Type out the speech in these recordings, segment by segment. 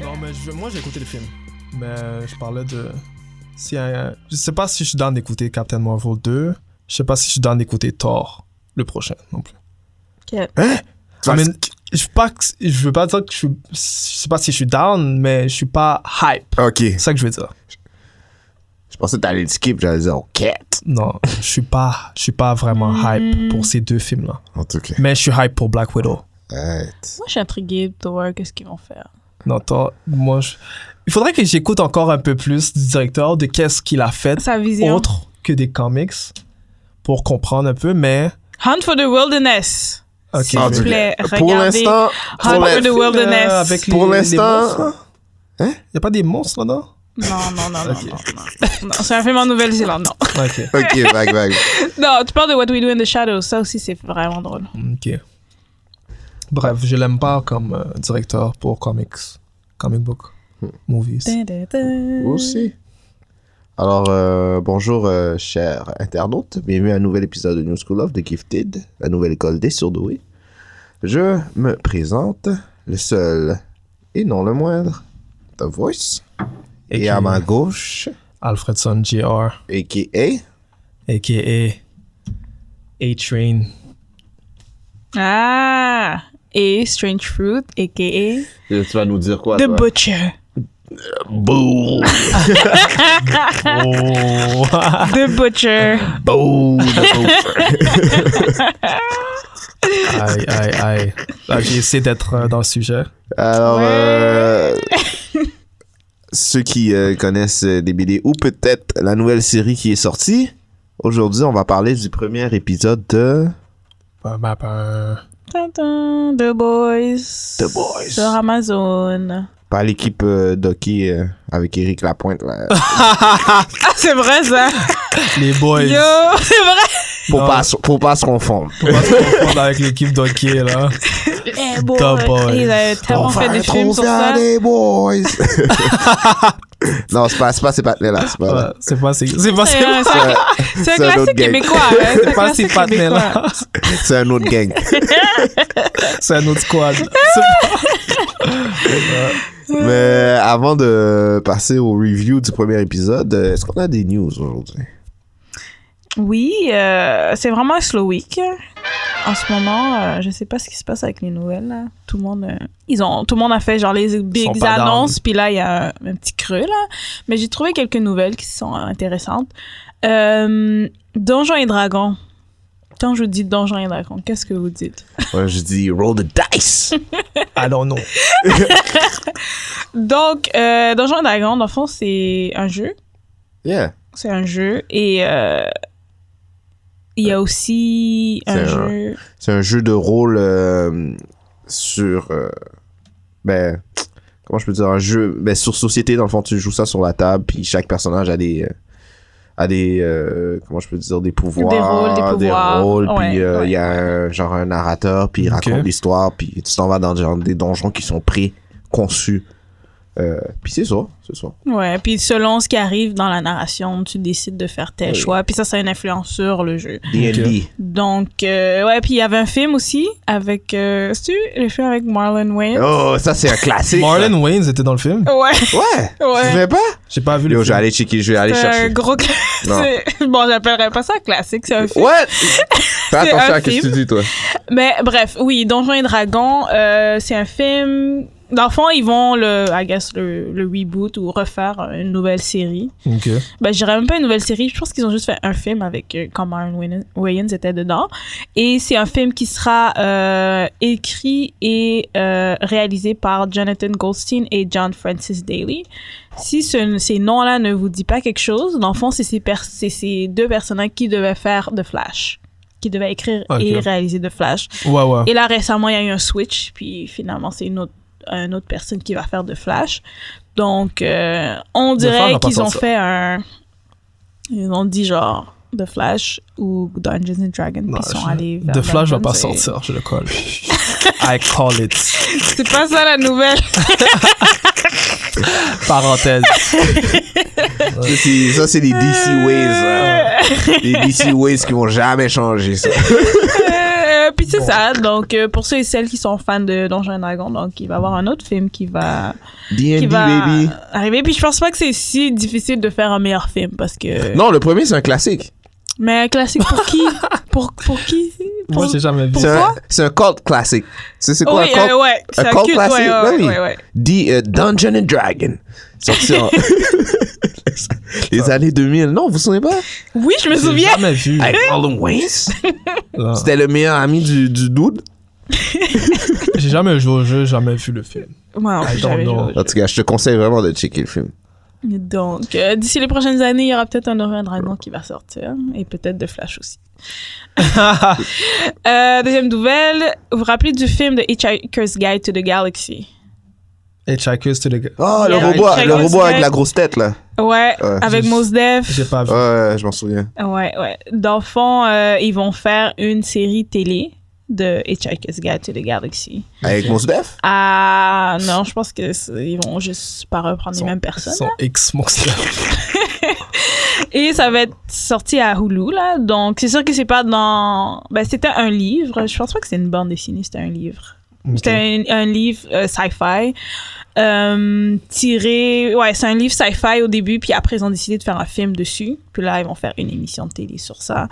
Non, mais je- moi j'ai écouté le film. Mais euh, je parlais de. Si, euh, je sais pas si je suis dans d'écouter Captain Marvel 2. Je sais pas si je suis dans d'écouter Thor, le prochain non plus. Ok. Hein? Tu vas- I mean, je, veux pas que- je veux pas dire que je suis. Je sais pas si je suis down, mais je suis pas hype. Ok. C'est ça que je veux dire. Je pensais que t'allais le skip, j'allais dire oh, quête. Non, je suis pas, je suis pas vraiment hype pour ces deux films-là. En tout cas. Mais je suis hype pour Black Widow. Arrête. Moi, je suis intriguée de voir qu'est-ce qu'ils vont faire. Non, Thor, moi, je- il faudrait que j'écoute encore un peu plus du directeur, de qu'est-ce qu'il a fait Sa vision. autre que des comics pour comprendre un peu, mais Hunt for the Wilderness. Ok. S'il En vous tout plaît, Pour regardez. l'instant, Hunt pour for the l'instant- Wilderness. Euh, avec les- pour les l'instant- monstres, là. Hein? Y a pas des monstres là-dedans? Non, non, non, non, Ok. non, non. Non, c'est un film en Nouvelle-Zélande, non. Ok. ok, vague, vague. Non, tu parles de What We Do in the Shadows. Ça aussi, c'est vraiment drôle. Ok. Bref, je l'aime pas comme euh, directeur pour comics, comic book, Hmm. movies. Aussi. Alors, euh, bonjour, euh, chers internautes. Bienvenue à un nouvel épisode de New School of the Gifted, la nouvelle école des surdoués. Je me présente, le seul et non le moindre, The Voice. Et, qui- à ma gauche, Alfredson Jr. a.k.a. A.K.A. A-Train. Ah! Et Strange Fruit, a.k.a. Tu vas nous dire quoi, The Butcher. Boom! Oh. The Butcher. Boom! aïe, aïe, aïe. Là, j'ai essayé d'être euh, dans le sujet. Alors, Ouais. euh, ceux qui euh, connaissent euh, des BD ou peut-être la nouvelle série qui est sortie, aujourd'hui, on va parler du premier épisode de Bah, bah, bah. Tintin, The Boys. The Boys. Sur Amazon. par l'équipe euh, d'hockey euh, avec Eric Lapointe. là. Ah, c'est vrai, ça! Les boys. Yo! C'est vrai! Faut, Non. pas, se- faut pas se confondre. Faut pas se confondre avec l'équipe d'hockey, là. Eh, The Boys. Ils avaient tellement On fait va des films sur trouver ça. des boys. non, c'est pas, c'est pas ces là C'est pas là. Ouais, c'est pas c'est c'est pas C'est c'est un, c'est un- c'est un c'est un autre classique game. québécois. hein. C'est un pas ces classique partenaires québécois. là C'est un autre gang. c'est un autre squad C'est Mais euh, avant de passer au review du premier épisode, euh, est-ce qu'on a des news aujourd'hui? Oui, euh, c'est vraiment un slow week. En ce moment, euh, je sais pas ce qui se passe avec les nouvelles. là. Tout le monde, euh, ils ont, tout le monde a fait genre les sont big pas annonces, puis là il y a un, un petit creux là. Mais j'ai trouvé quelques nouvelles qui sont intéressantes. Euh, Donjons et Dragons. Quand je vous dis Donjons et Dragons, qu'est-ce que vous dites Moi, je dis roll the dice. alors non Donc, euh, Donjons et Dragons, dans le fond, c'est un jeu. Yeah. C'est un jeu et euh, il y a aussi Euh, C'est un un- jeu. C'est un jeu de rôle euh, sur. euh, ben. Comment je peux dire Un jeu. Ben, sur société, dans le fond, tu joues ça sur la table, puis chaque personnage a des. euh, a des. euh, comment je peux dire Des pouvoirs. Des rôles, des pouvoirs, rôles, ouais, puis euh, il ouais. y a un- genre un narrateur, puis il Ok. raconte l'histoire, puis tu t'en vas dans genre, des donjons qui sont préconçus. Euh, puis c'est ça, c'est ça. Ouais, puis selon ce qui arrive dans la narration, tu décides de faire tes Oui. choix, puis ça, ça a une influence sur le jeu. D&D. Donc, euh, ouais, puis il y avait un film aussi avec, euh, c'est-tu le film avec Marlon Wayne? Oh, ça c'est un classique. ça. Marlon Wayne était dans le film Ouais, Ouais. Oh. Tu ouais. savais pas j'ai pas vu le Yo, je vais film aller checker, je vais aller C'est un chercher. Oh. gros classique. Bon, j'appellerais pas ça un classique, c'est un film. What? Fais attention un à ce que tu film. dis, toi. Mais bref, oui, Donjons et Dragons, euh, c'est un film. Dans le fond, ils vont le, I guess, le, le reboot ou refaire une nouvelle série. ok ben je dirais même pas une nouvelle série je pense qu'ils ont juste fait un film avec euh, quand Marlon Wayans- Wayans était dedans et c'est un film qui sera euh, écrit et euh, réalisé par Jonathan Goldstein et John Francis Daly si ce- ces noms là ne vous dit pas quelque chose dans le fond c'est ces, pers- c'est ces deux personnages qui devaient faire The Flash qui devait écrire Ok. et réaliser The Flash. Ouais, ouais. Et là, récemment, il y a eu un switch, puis finalement, c'est une autre, une autre personne qui va faire de Flash. Donc, euh, on The Flash dirait n'a pas qu'ils ont sorti ça. fait un. Ils ont dit genre The Flash ou Dungeons and Dragons, Non, puis ils sont je- allés vers The Flash va Dungeons pas et- sortir, je le colle. I call it. C'est pas ça la nouvelle. Parenthèse. Ça, c'est- Ça, c'est les DC Ways. hein. Les DC Ways qui vont jamais changer ça. Euh, puis c'est ça. Donc, euh, pour ceux et celles qui sont fans de Donjons et Dragons, donc il va y avoir un autre film qui va, qui D&D, va baby. arriver. Puis je pense pas que c'est si difficile de faire un meilleur film parce que. Non, le premier, c'est un classique. Mais un classique pour qui Pour, pour qui Pour- Moi, j'ai jamais vu. C'est un, Pourquoi? c'est un cult classique. C'est c'est Oh quoi oui, un cult? euh, ouais, c'est un un cult culte, classique, ouais, bah ouais, oui. ouais, ouais. D- euh, Dungeon and Dragon. Sorti en... les années 2000. Non, vous vous souvenez pas? Oui, je me J'ai souviens. jamais vu. Avec Marlon Wayans. Non. C'était le meilleur ami du, du dude. J'ai jamais joué au jeu, jamais vu le film. Ouais, en plus, don't j'avais know. joué au jeu. En tout cas, je te conseille vraiment de checker le film. Donc, euh, d'ici les prochaines années, il y aura peut-être un Orient Dragon qui va sortir et peut-être de Flash aussi. Euh, deuxième nouvelle, vous vous rappelez du film de Hitchhiker's Guide to the Galaxy Hitchhiker's to the Gu- Oh, Yeah, le robot, Hitchhiker's le robot avec Guide. la grosse tête, là. Ouais, Ouais, avec j'ai- Mos Def. J'ai pas Oh. vu. Ouais, je m'en souviens. Ouais, ouais. Dans le fond, euh, ils vont faire une série télé de Hitchhiker's Guide to the Galaxy. Avec Mos Def? Ah non, je pense que c'est- ils vont juste pas reprendre les mêmes personnes. Son ex monster. Et ça va être sorti à Hulu là, donc c'est sûr que c'est pas dans. Ben c'était un livre. Je pense pas que c'est une bande dessinée, c'était un livre. C'était un, un livre euh, sci-fi euh, tiré. Ouais, c'est un livre sci-fi au début, puis après ils ont décidé de faire un film dessus. Puis là ils vont faire une émission de télé sur ça.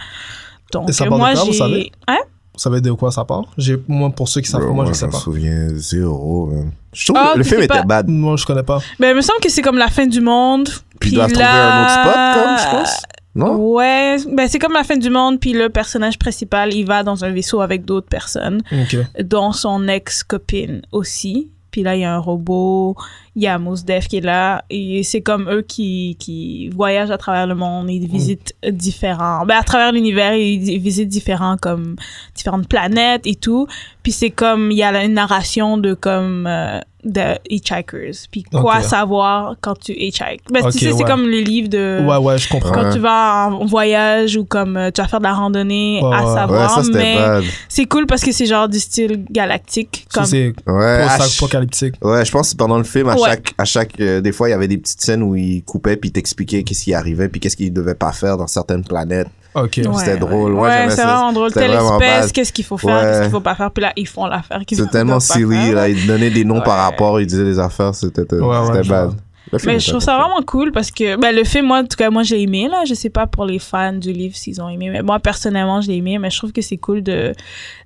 Donc Et ça euh, parle de moi quoi, vous j'ai. savez? Hein? Vous savez de quoi ça parle J'ai- Moi, pour ceux qui savent, moi, je sais pas. souviens zéro. man. Je trouve Ah, que le tu film sais était pas. bad. Moi, je connais pas. Ben il me semble que c'est comme la fin du monde. Puis ils doivent trouver là- un autre spot, comme, je pense. Non? Oh. Ouais, ben c'est comme la fin du monde, puis le personnage principal, il va dans un vaisseau avec d'autres personnes, Ok. dont son ex-copine aussi. Puis là, il y a un robot, il y a Mos Def qui est là, et c'est comme eux qui, qui voyagent à travers le monde, Mm. ils visitent différents... Ben, à travers l'univers, ils visitent différents, comme, différentes planètes et tout. Puis c'est comme, il y a la- une narration de, comme, euh, de hitchhikers. Puis quoi Ok. savoir quand tu hitchhikes. Ben, Ok, tu sais, c'est ouais. comme le livre de Ouais, ouais, je comprends. quand Ouais. tu vas en voyage ou comme euh, tu vas faire de la randonnée Ouais, à ouais. Ouais, savoir ça c'était mais bad. c'est cool parce que c'est genre du style galactique Ça, comme C'est Ouais, à ch- post-apocalyptique. ouais, je pense que pendant le film, à Ouais. chaque, à chaque euh, des fois, il y avait des petites scènes où il coupait puis t'expliquait qu'est-ce qui arrivait puis qu'est-ce qu'il devait pas faire dans certaines planètes. Ok. Ouais, c'était ouais. drôle. Ouais, ouais, j'aimais c'est ça. vraiment drôle C'était telle vraiment espèce bad. qu'est-ce qu'il faut faire Ouais. qu'est-ce qu'il faut pas faire puis là ils font l'affaire qu'ils C'était tellement doivent pas faire. silly, là. Il donnait des noms Ouais. par rapport, il disait des affaires, c'était c'était Ouais, ouais, je bad. vois. Le film mais était je trouve ça vraiment cool parce que ben, le film moi en tout cas moi j'ai aimé là je sais pas pour les fans du livre s'ils ont aimé mais moi personnellement je l'ai aimé mais je trouve que c'est cool de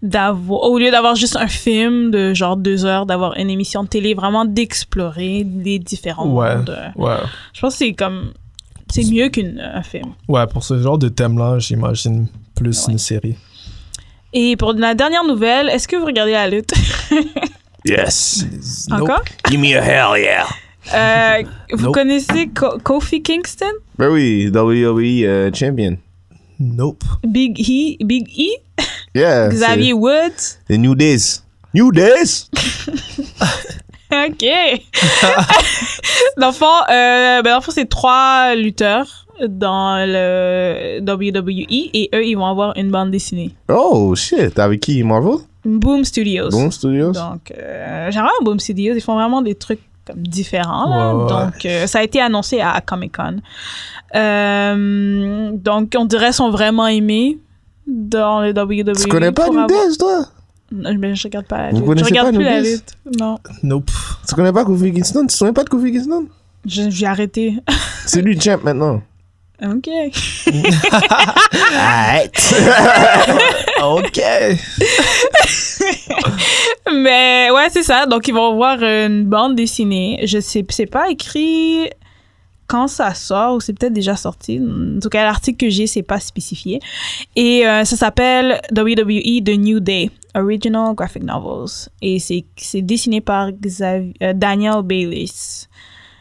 d'avoir au lieu d'avoir juste un film de genre deux heures d'avoir une émission de télé vraiment d'explorer les différents Ouais. mondes euh, Ouais. Je pense que c'est comme. C'est mieux qu'un film. Ouais, pour ce genre de thème-là, j'imagine plus une série. Et pour la dernière nouvelle, est-ce que vous regardez la lutte Yes. encore Give me a hell yeah. Euh, Vous Nope. connaissez Ko- Kofi Kingston Ben oui, WWE euh, champion. Nope. Big E Big E Yeah. Xavier Woods c'est- The New Days. New Days? Ok Dans le fond, euh, ben dans le fond, c'est trois lutteurs dans le WWE et eux, ils vont avoir une bande dessinée. Oh shit, avec qui? Marvel? Boom Studios. Boom Studios? Donc, euh, j'aimerais un Boom Studios. Ils font vraiment des trucs comme différents. là. Ouais, ouais, ouais. donc, euh, ça a été annoncé à Comic Con. Euh, donc, on dirait qu'ils sont vraiment aimés dans le WWE. Tu connais pas E pour New avoir- Days, toi? Non, mais je regarde pas la Vous lutte. Je connaissez regarde pas plus New la Days lutte. Non, Nope. Tu connais pas Kofi Kingston? Tu te souviens pas de Kofi Kingston? Je- j'ai arrêté. C'est lui le champ maintenant. ok. Arrête! ok! Mais ouais, c'est ça. Donc, ils vont voir une bande dessinée. Je sais, c'est pas écrit quand ça sort ou c'est peut-être déjà sorti. En tout cas, l'article que j'ai, c'est pas spécifié. Et euh, ça s'appelle WWE The New Day, Original Graphic Novels. Et c'est c'est dessiné par Xav- euh, Daniel Baylis.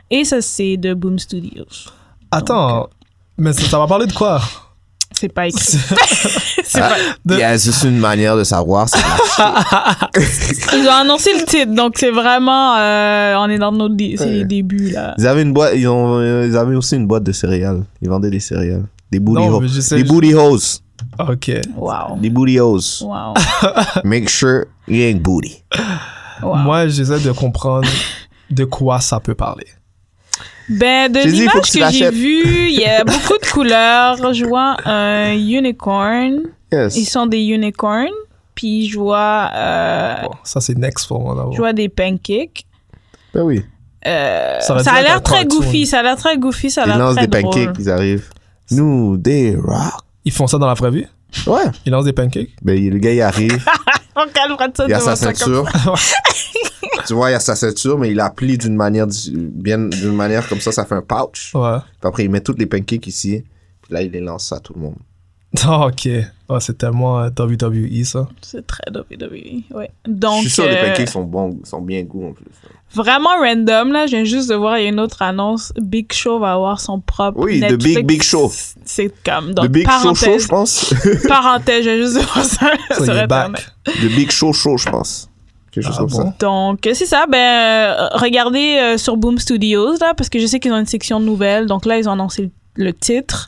Et ça, c'est de Boom Studios. Attends, mais ça, ça va parler de quoi C'est pas écrit. C'est pas- Il y a juste une manière de savoir. c'est la- Ils ont annoncé le titre, donc c'est vraiment. euh, on est dans nos dé- c'est les Ouais. débuts, là. Ils avaient une boîte, ils, ont, ils avaient aussi une boîte de céréales. Ils vendaient des céréales. Des booty Non, hoes. mais je sais. Des booty hoes. Ok. Wow. Des booty hoes. Wow. Make sure you ain't booty. wow. Moi, j'essaie de comprendre de quoi ça peut parler. Ben, de J'ai dit, il faut l'image que tu que j'ai l'achètes. vue, il y a beaucoup de couleurs. Je vois un unicorn. Ils Yes. sont des unicorns. Puis je vois, euh, Bon, ça, c'est next pour moi d'abord. je vois des pancakes. Ben oui. Euh, Ça ça, aurait dû être a un l'air très cartoon. goofy. Ça a l'air très goofy. Ça a Ils l'air lancent très des drôle. pancakes, ils arrivent. Nous, des rock. Ils font ça dans la vraie vie? Ouais. Ils lancent des pancakes? Ben, il- le gars, il arrive. On calmera de Oh, ça Il a devant sa ça comme- ceinture. tu vois, il a sa ceinture, mais il la plie d'une manière, dis- bien, d'une manière comme ça, ça fait un pouch. Ouais. Puis après, il met toutes les pancakes ici. Puis là, il les lance à tout le monde. Ah, ok. Ouais, c'est tellement euh, WWE, ça. C'est très WWE. Ouais. Donc, Je suis sûr que les euh, pancakes sont bons, sont bien goût en plus. vraiment random là je viens juste de voir il y a une autre annonce Big Show va avoir son propre Oui, The Netflix. Big Big Show. c'est comme Le donc Big Show Show, parenthèse je pense. parenthèse je viens juste de voir ça, Ça, il sur est internet back. Le Big Show Show, je pense. Quelque chose Ah, comme bon? ça. donc c'est ça ben euh, regardez euh, sur Boom Studios là parce que je sais qu'ils ont une section nouvelle donc là ils ont annoncé le le titre.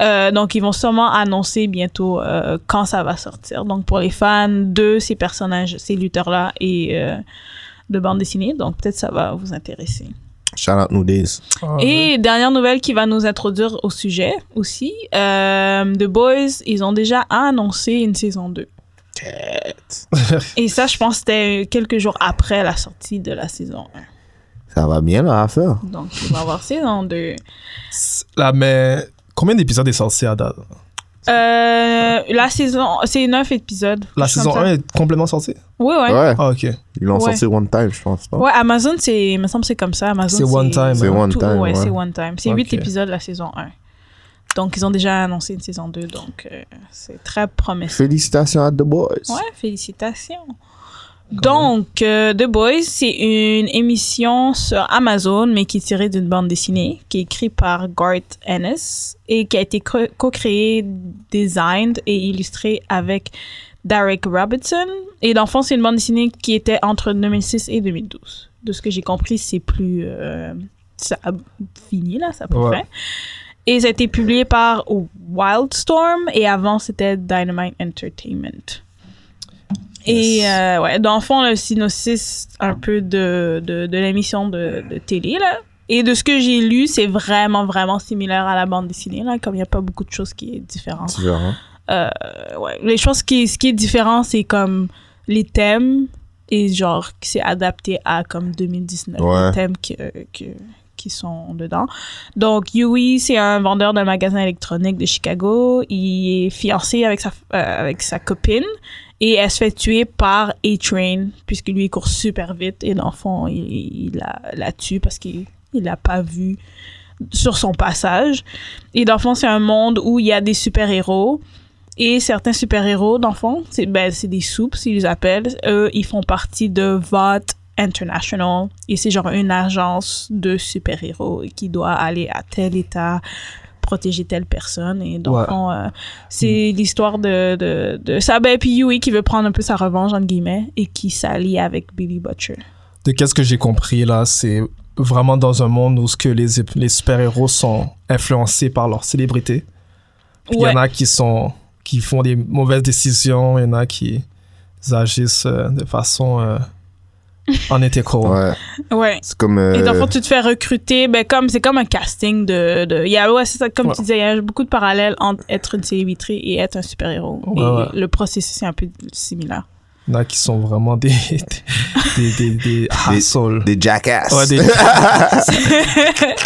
Euh, donc, ils vont sûrement annoncer bientôt euh, quand ça va sortir. Donc, pour les fans de ces personnages, ces lutteurs-là et euh, de bande dessinée, donc peut-être ça va vous intéresser. Shout out nous days. Ah, ouais. Et dernière nouvelle qui va nous introduire au sujet aussi, euh, The Boys, ils ont déjà annoncé une saison 2. Et ça, je pense que c'était quelques jours après la sortie de la saison Ça va bien, leur affaire. 1. Donc, on va avoir saison 2. C'est- Là, mais combien d'épisodes est sorti à date? Euh, la saison, c'est 9 épisodes. La quelque chose saison comme ça. 1 est complètement sortie? Oui, oui. Ouais. Ouais. Ah, ok. Ils l'ont Ouais. sorti one time, je pense. non? Ouais, Amazon, c'est, il me semble que c'est comme ça. Amazon, C'est one time. hein. C'est one tout- time, Ouais, ouais. c'est one time. C'est 8 Ok. épisodes la saison 1. Donc, ils ont déjà annoncé une saison 2, donc euh, c'est très prometteur. Félicitations à The Boys. Ouais, félicitations. Donc, euh, The Boys, c'est une émission sur Amazon, mais qui est tirée d'une bande dessinée, qui est écrite par Garth Ennis et qui a été co- co-créée, designed et illustrée avec Derek Robertson. Et dans le fond, c'est une bande dessinée qui était entre 2006 et 2012. De ce que j'ai compris, c'est plus... euh, ça a fini, là, ça a pris Ouais. fin. Et ça a été publié par Wildstorm et avant, c'était Dynamite Entertainment. Et Yes. euh, ouais, dans le fond, le synopsis un peu de, de, de l'émission de, de télé, là. Et de ce que j'ai lu, c'est vraiment, vraiment similaire à la bande dessinée, là, comme il n'y a pas beaucoup de choses qui est différentes. C'est différent. Euh, ouais, les choses qui, ce qui est différent, c'est comme les thèmes et genre, que c'est adapté à comme 2019, Ouais. les thèmes que- que- qui sont dedans. Donc, Yui, c'est un vendeur d'un magasin électronique de Chicago. Il est fiancé avec sa, euh, avec sa copine et elle se fait tuer par A-Train puisque lui, il court super vite et dans le fond, il, il la, la tue parce qu'il il l'a pas vue sur son passage. Et dans le fond, c'est un monde où il y a des super-héros. Et certains super-héros, dans le fond, c'est ben, c'est des soupes, s'ils les appellent. Eux, ils font partie de VOT International. Et c'est genre une agence de super-héros qui doit aller à tel état, protéger telle personne. Et dans Ouais. Mm. le fond, euh, c'est l'histoire de, de, de Sabah puis Yui qui veut prendre un peu sa revanche, entre guillemets, et qui s'allie avec Billy Butcher. De qu'est-ce que j'ai compris, là, c'est vraiment dans un monde où ce que les, les super-héros sont influencés par leur célébrité. Puis Il y en a qui sont qui font des mauvaises décisions, il y en a qui agissent euh, de façon euh, unethical. Ouais. ouais. C'est comme. euh, Et dans le fond, tu te fais recruter, ben comme c'est comme un casting de, de il y a ouais, c'est ça comme Ouais. tu disais, il y a beaucoup de parallèles entre être une célébrité et être un super-héros. Ouais, et ouais. le processus est un peu similaire. Il y en a qui sont vraiment des des des, des, des assholes. des jackass. Ouais, des-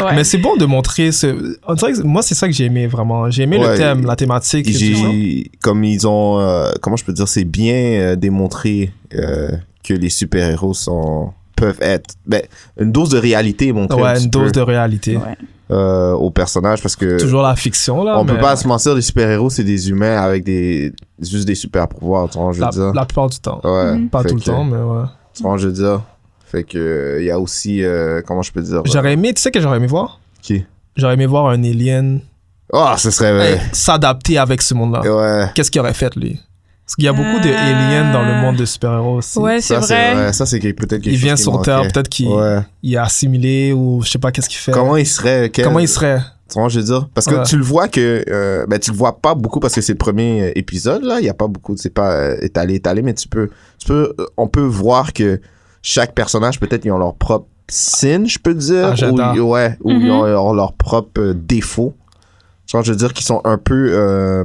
Ouais. Mais c'est bon de montrer ce on dirait que moi c'est ça que j'ai aimé vraiment. J'ai aimé Ouais. le thème, la thématique et tout ça. J'ai- comme ils ont, euh, comment je peux dire, c'est bien euh, démontré euh, que les super-héros sont peuvent être ben, une dose de réalité est montrée un Ouais, petit une dose peu, de réalité. Ouais. euh, aux personnages parce que Toujours la fiction là, on mais peut pas se mentir les super-héros c'est des humains avec des juste des super-pouvoirs tu vois, je veux la, dire la plupart du temps. ouais, Mm-hmm. Pas fait tout le que- temps, mais ouais. tu vois, je veux dire fait que euh, il y a aussi euh, comment je peux dire J'aurais aimé, tu sais que j'aurais aimé voir Qui? J'aurais aimé voir un alien Oh, ce serait. euh, Hey, S'adapter avec ce monde-là. ouais. Qu'est-ce qu'il aurait fait, lui Parce qu'il y a beaucoup de aliens dans le monde de super-héros aussi. Euh. Ouais, c'est Ça, vrai. ouais, Ça, c'est quelque- peut-être quelque il chose vient qui sur Terre, manquait. peut-être qu'il Ouais. il a assimilé ou je sais pas qu'est-ce qu'il fait. Comment il serait quel- Comment il serait Tu vois, je veux dire. Parce que Ouais. tu le vois que. euh, ben, tu le vois pas beaucoup parce que c'est le premier euh, épisode, là. Il y a pas beaucoup. C'est pas euh, étalé, étalé, mais tu peux. Tu peux euh, on peut voir que chaque personnage, peut-être, ils ont leur propre signe, je peux dire. Ah, j'adore. ou, ouais, ou Mhm. ils ont, ont leur propre euh, défaut. Tu vois, je veux dire qu'ils sont un peu. euh,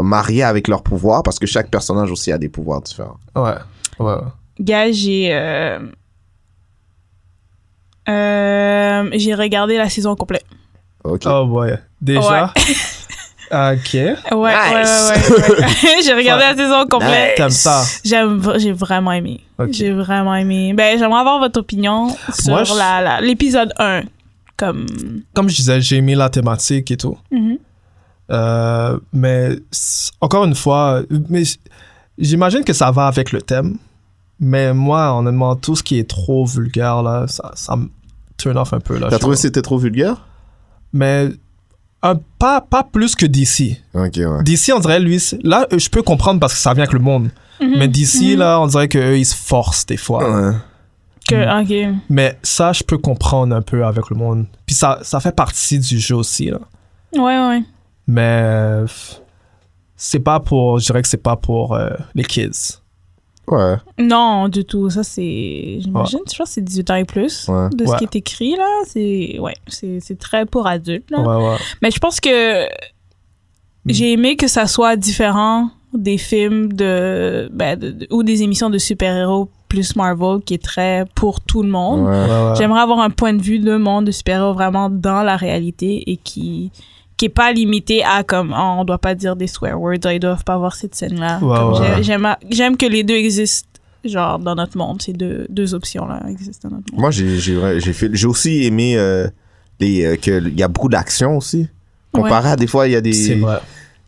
mariés avec leur pouvoir parce que chaque personnage aussi a des pouvoirs différents. Ouais. Ouais. Gars, j'ai. euh, euh, j'ai regardé la saison complète. Ok. Oh boy. Déjà. ok. Ouais, Nice. ouais, ouais, ouais, ouais. j'ai regardé la saison complète. T'aimes ça. J'aime v- J'ai vraiment aimé. Ok. J'ai vraiment aimé. Ben, j'aimerais avoir votre opinion sur Moi, je- la- la- l'épisode 1. Comme. Comme je disais, j'ai aimé la thématique et tout. Mhm. Euh, mais c- encore une fois, mais j- j'imagine que ça va avec le thème. Mais moi, honnêtement, tout ce qui est trop vulgaire, là, ça, ça me turn off un peu. Là, T'as trouvé je que trouve. c'était trop vulgaire? Mais un, pas, pas plus que d'ici. Ok, ouais. D'ici, on dirait, lui, c'est- là, euh, je peux comprendre parce que ça vient avec le monde. Mm. Mhm. Mais d'ici, là, on dirait qu'eux, ils se forcent des fois. Ouais. Que, ok. Mais ça, je peux comprendre un peu avec le monde. Puis ça, ça fait partie du jeu aussi, là. Ouais, ouais. Mais euh, f- c'est pas pour, je dirais que c'est pas pour euh, les kids. Ouais. Non, du tout. Ça, c'est. J'imagine, je pense que c'est 18 ans et plus Ouais. de ce Ouais. qui est écrit, là. C'est. Ouais, c'est c'est très pour adultes, là. Ouais, Mm. ouais. Mais je pense que j'ai aimé que ça soit différent des films de, ben, de- de- ou des émissions de super-héros plus Marvel qui est très pour tout le monde. Ouais. Ouais, ouais. J'aimerais avoir un point de vue de monde de super-héros vraiment dans la réalité et qui qui est pas limité à comme Ah, on doit pas dire des swear words, ah, ils doivent pas voir cette scène là. Ouais, ouais, ouais. J'aime j'aime que les deux existent genre dans notre monde, ces deux deux options là existent dans notre monde. Moi, j'ai j'ai vrai- j'ai fait- j'ai aussi aimé euh, les, euh, que l- il y a beaucoup d'action aussi. Comparé à des fois, il y a des, C'est vrai.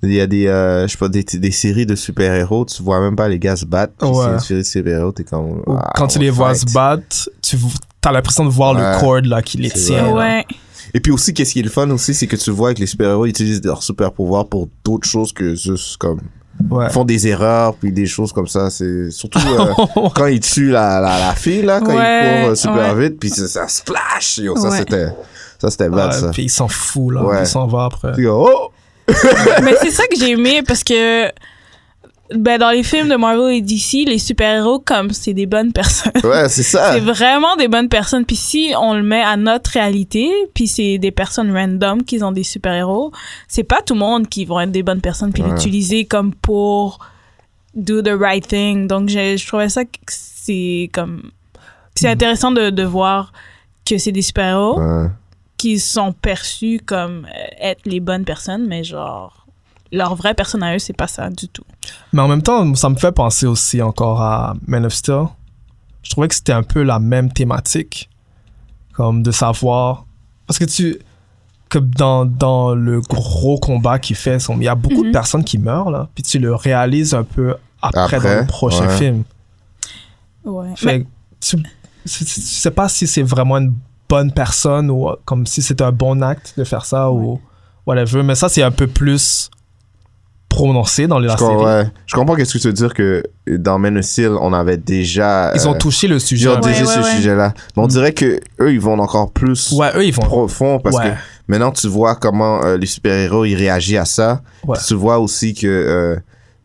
il y a des, euh, je sais pas, des, des séries de super-héros, tu vois même pas les gars se battre. puis Ouais. C'est une série de super-héros, t'es comme. Ou ah, Quand tu on les vois fight. se battre, tu as l'impression de voir Ouais. le cord là, qui les C'est tient. là. ouais. Et puis aussi, qu'est-ce qui est le fun aussi, c'est que tu vois que les super-héros utilisent leur super-pouvoir pour d'autres choses que juste comme. Ouais. font des erreurs, puis des choses comme ça. C'est surtout. euh, Quand ils tuent la, la, la fille, là, quand Ouais, ils courent euh, super ouais. vite, puis ça, ça splash! Yo, ça, Ouais. c'était. Ça, c'était bad, Ouais, ça. Ah, Puis il s'en fout, là. Ouais. Il s'en va après. Puis, oh! Mais c'est ça que j'ai aimé parce que ben dans les films de Marvel et DC, les super-héros comme c'est des bonnes personnes. Ouais, c'est ça. C'est vraiment des bonnes personnes. Puis si on le met à notre réalité, puis c'est des personnes random qui ont des super-héros, c'est pas tout le monde qui vont être des bonnes personnes puis Ouais. l'utiliser comme pour do the right thing. Donc j'ai- je trouvais ça que c'est comme c'est intéressant de, de voir que c'est des super-héros Mm. Ouais. qui sont perçus comme euh, être les bonnes personnes, mais genre, leur vraie personne à eux, c'est pas ça du tout. Mais en même temps, ça me fait penser aussi encore à Man of Steel. Je trouvais que c'était un peu la même thématique. Comme de savoir. Parce que tu. Que dans, dans le gros combat qu'il fait, son- il y a beaucoup de Mhm. personnes qui meurent, là. Puis tu le réalises un peu après, dans Après, le prochain ouais. film. Ouais. Fait que tu, tu- tu sais pas si c'est vraiment une bonne personne ou euh, comme si c'était un bon acte de faire ça ou whatever. Mais ça, c'est un peu plus prononcé dans Je, la série. com- ouais. Je comprends qu'est-ce que tu veux dire que dans Men of Steel, on avait déjà. Ils ont euh, touché le ils sujet. ont un peu. déjà Ouais, ce ouais, ouais. sujet-là. Mais on dirait que eux, ils vont encore plus Ouais, eux, ils vont. profond parce que Ouais. maintenant, tu vois comment euh, les super-héros, ils réagissent à ça. Ouais. Puis Tu vois aussi que euh,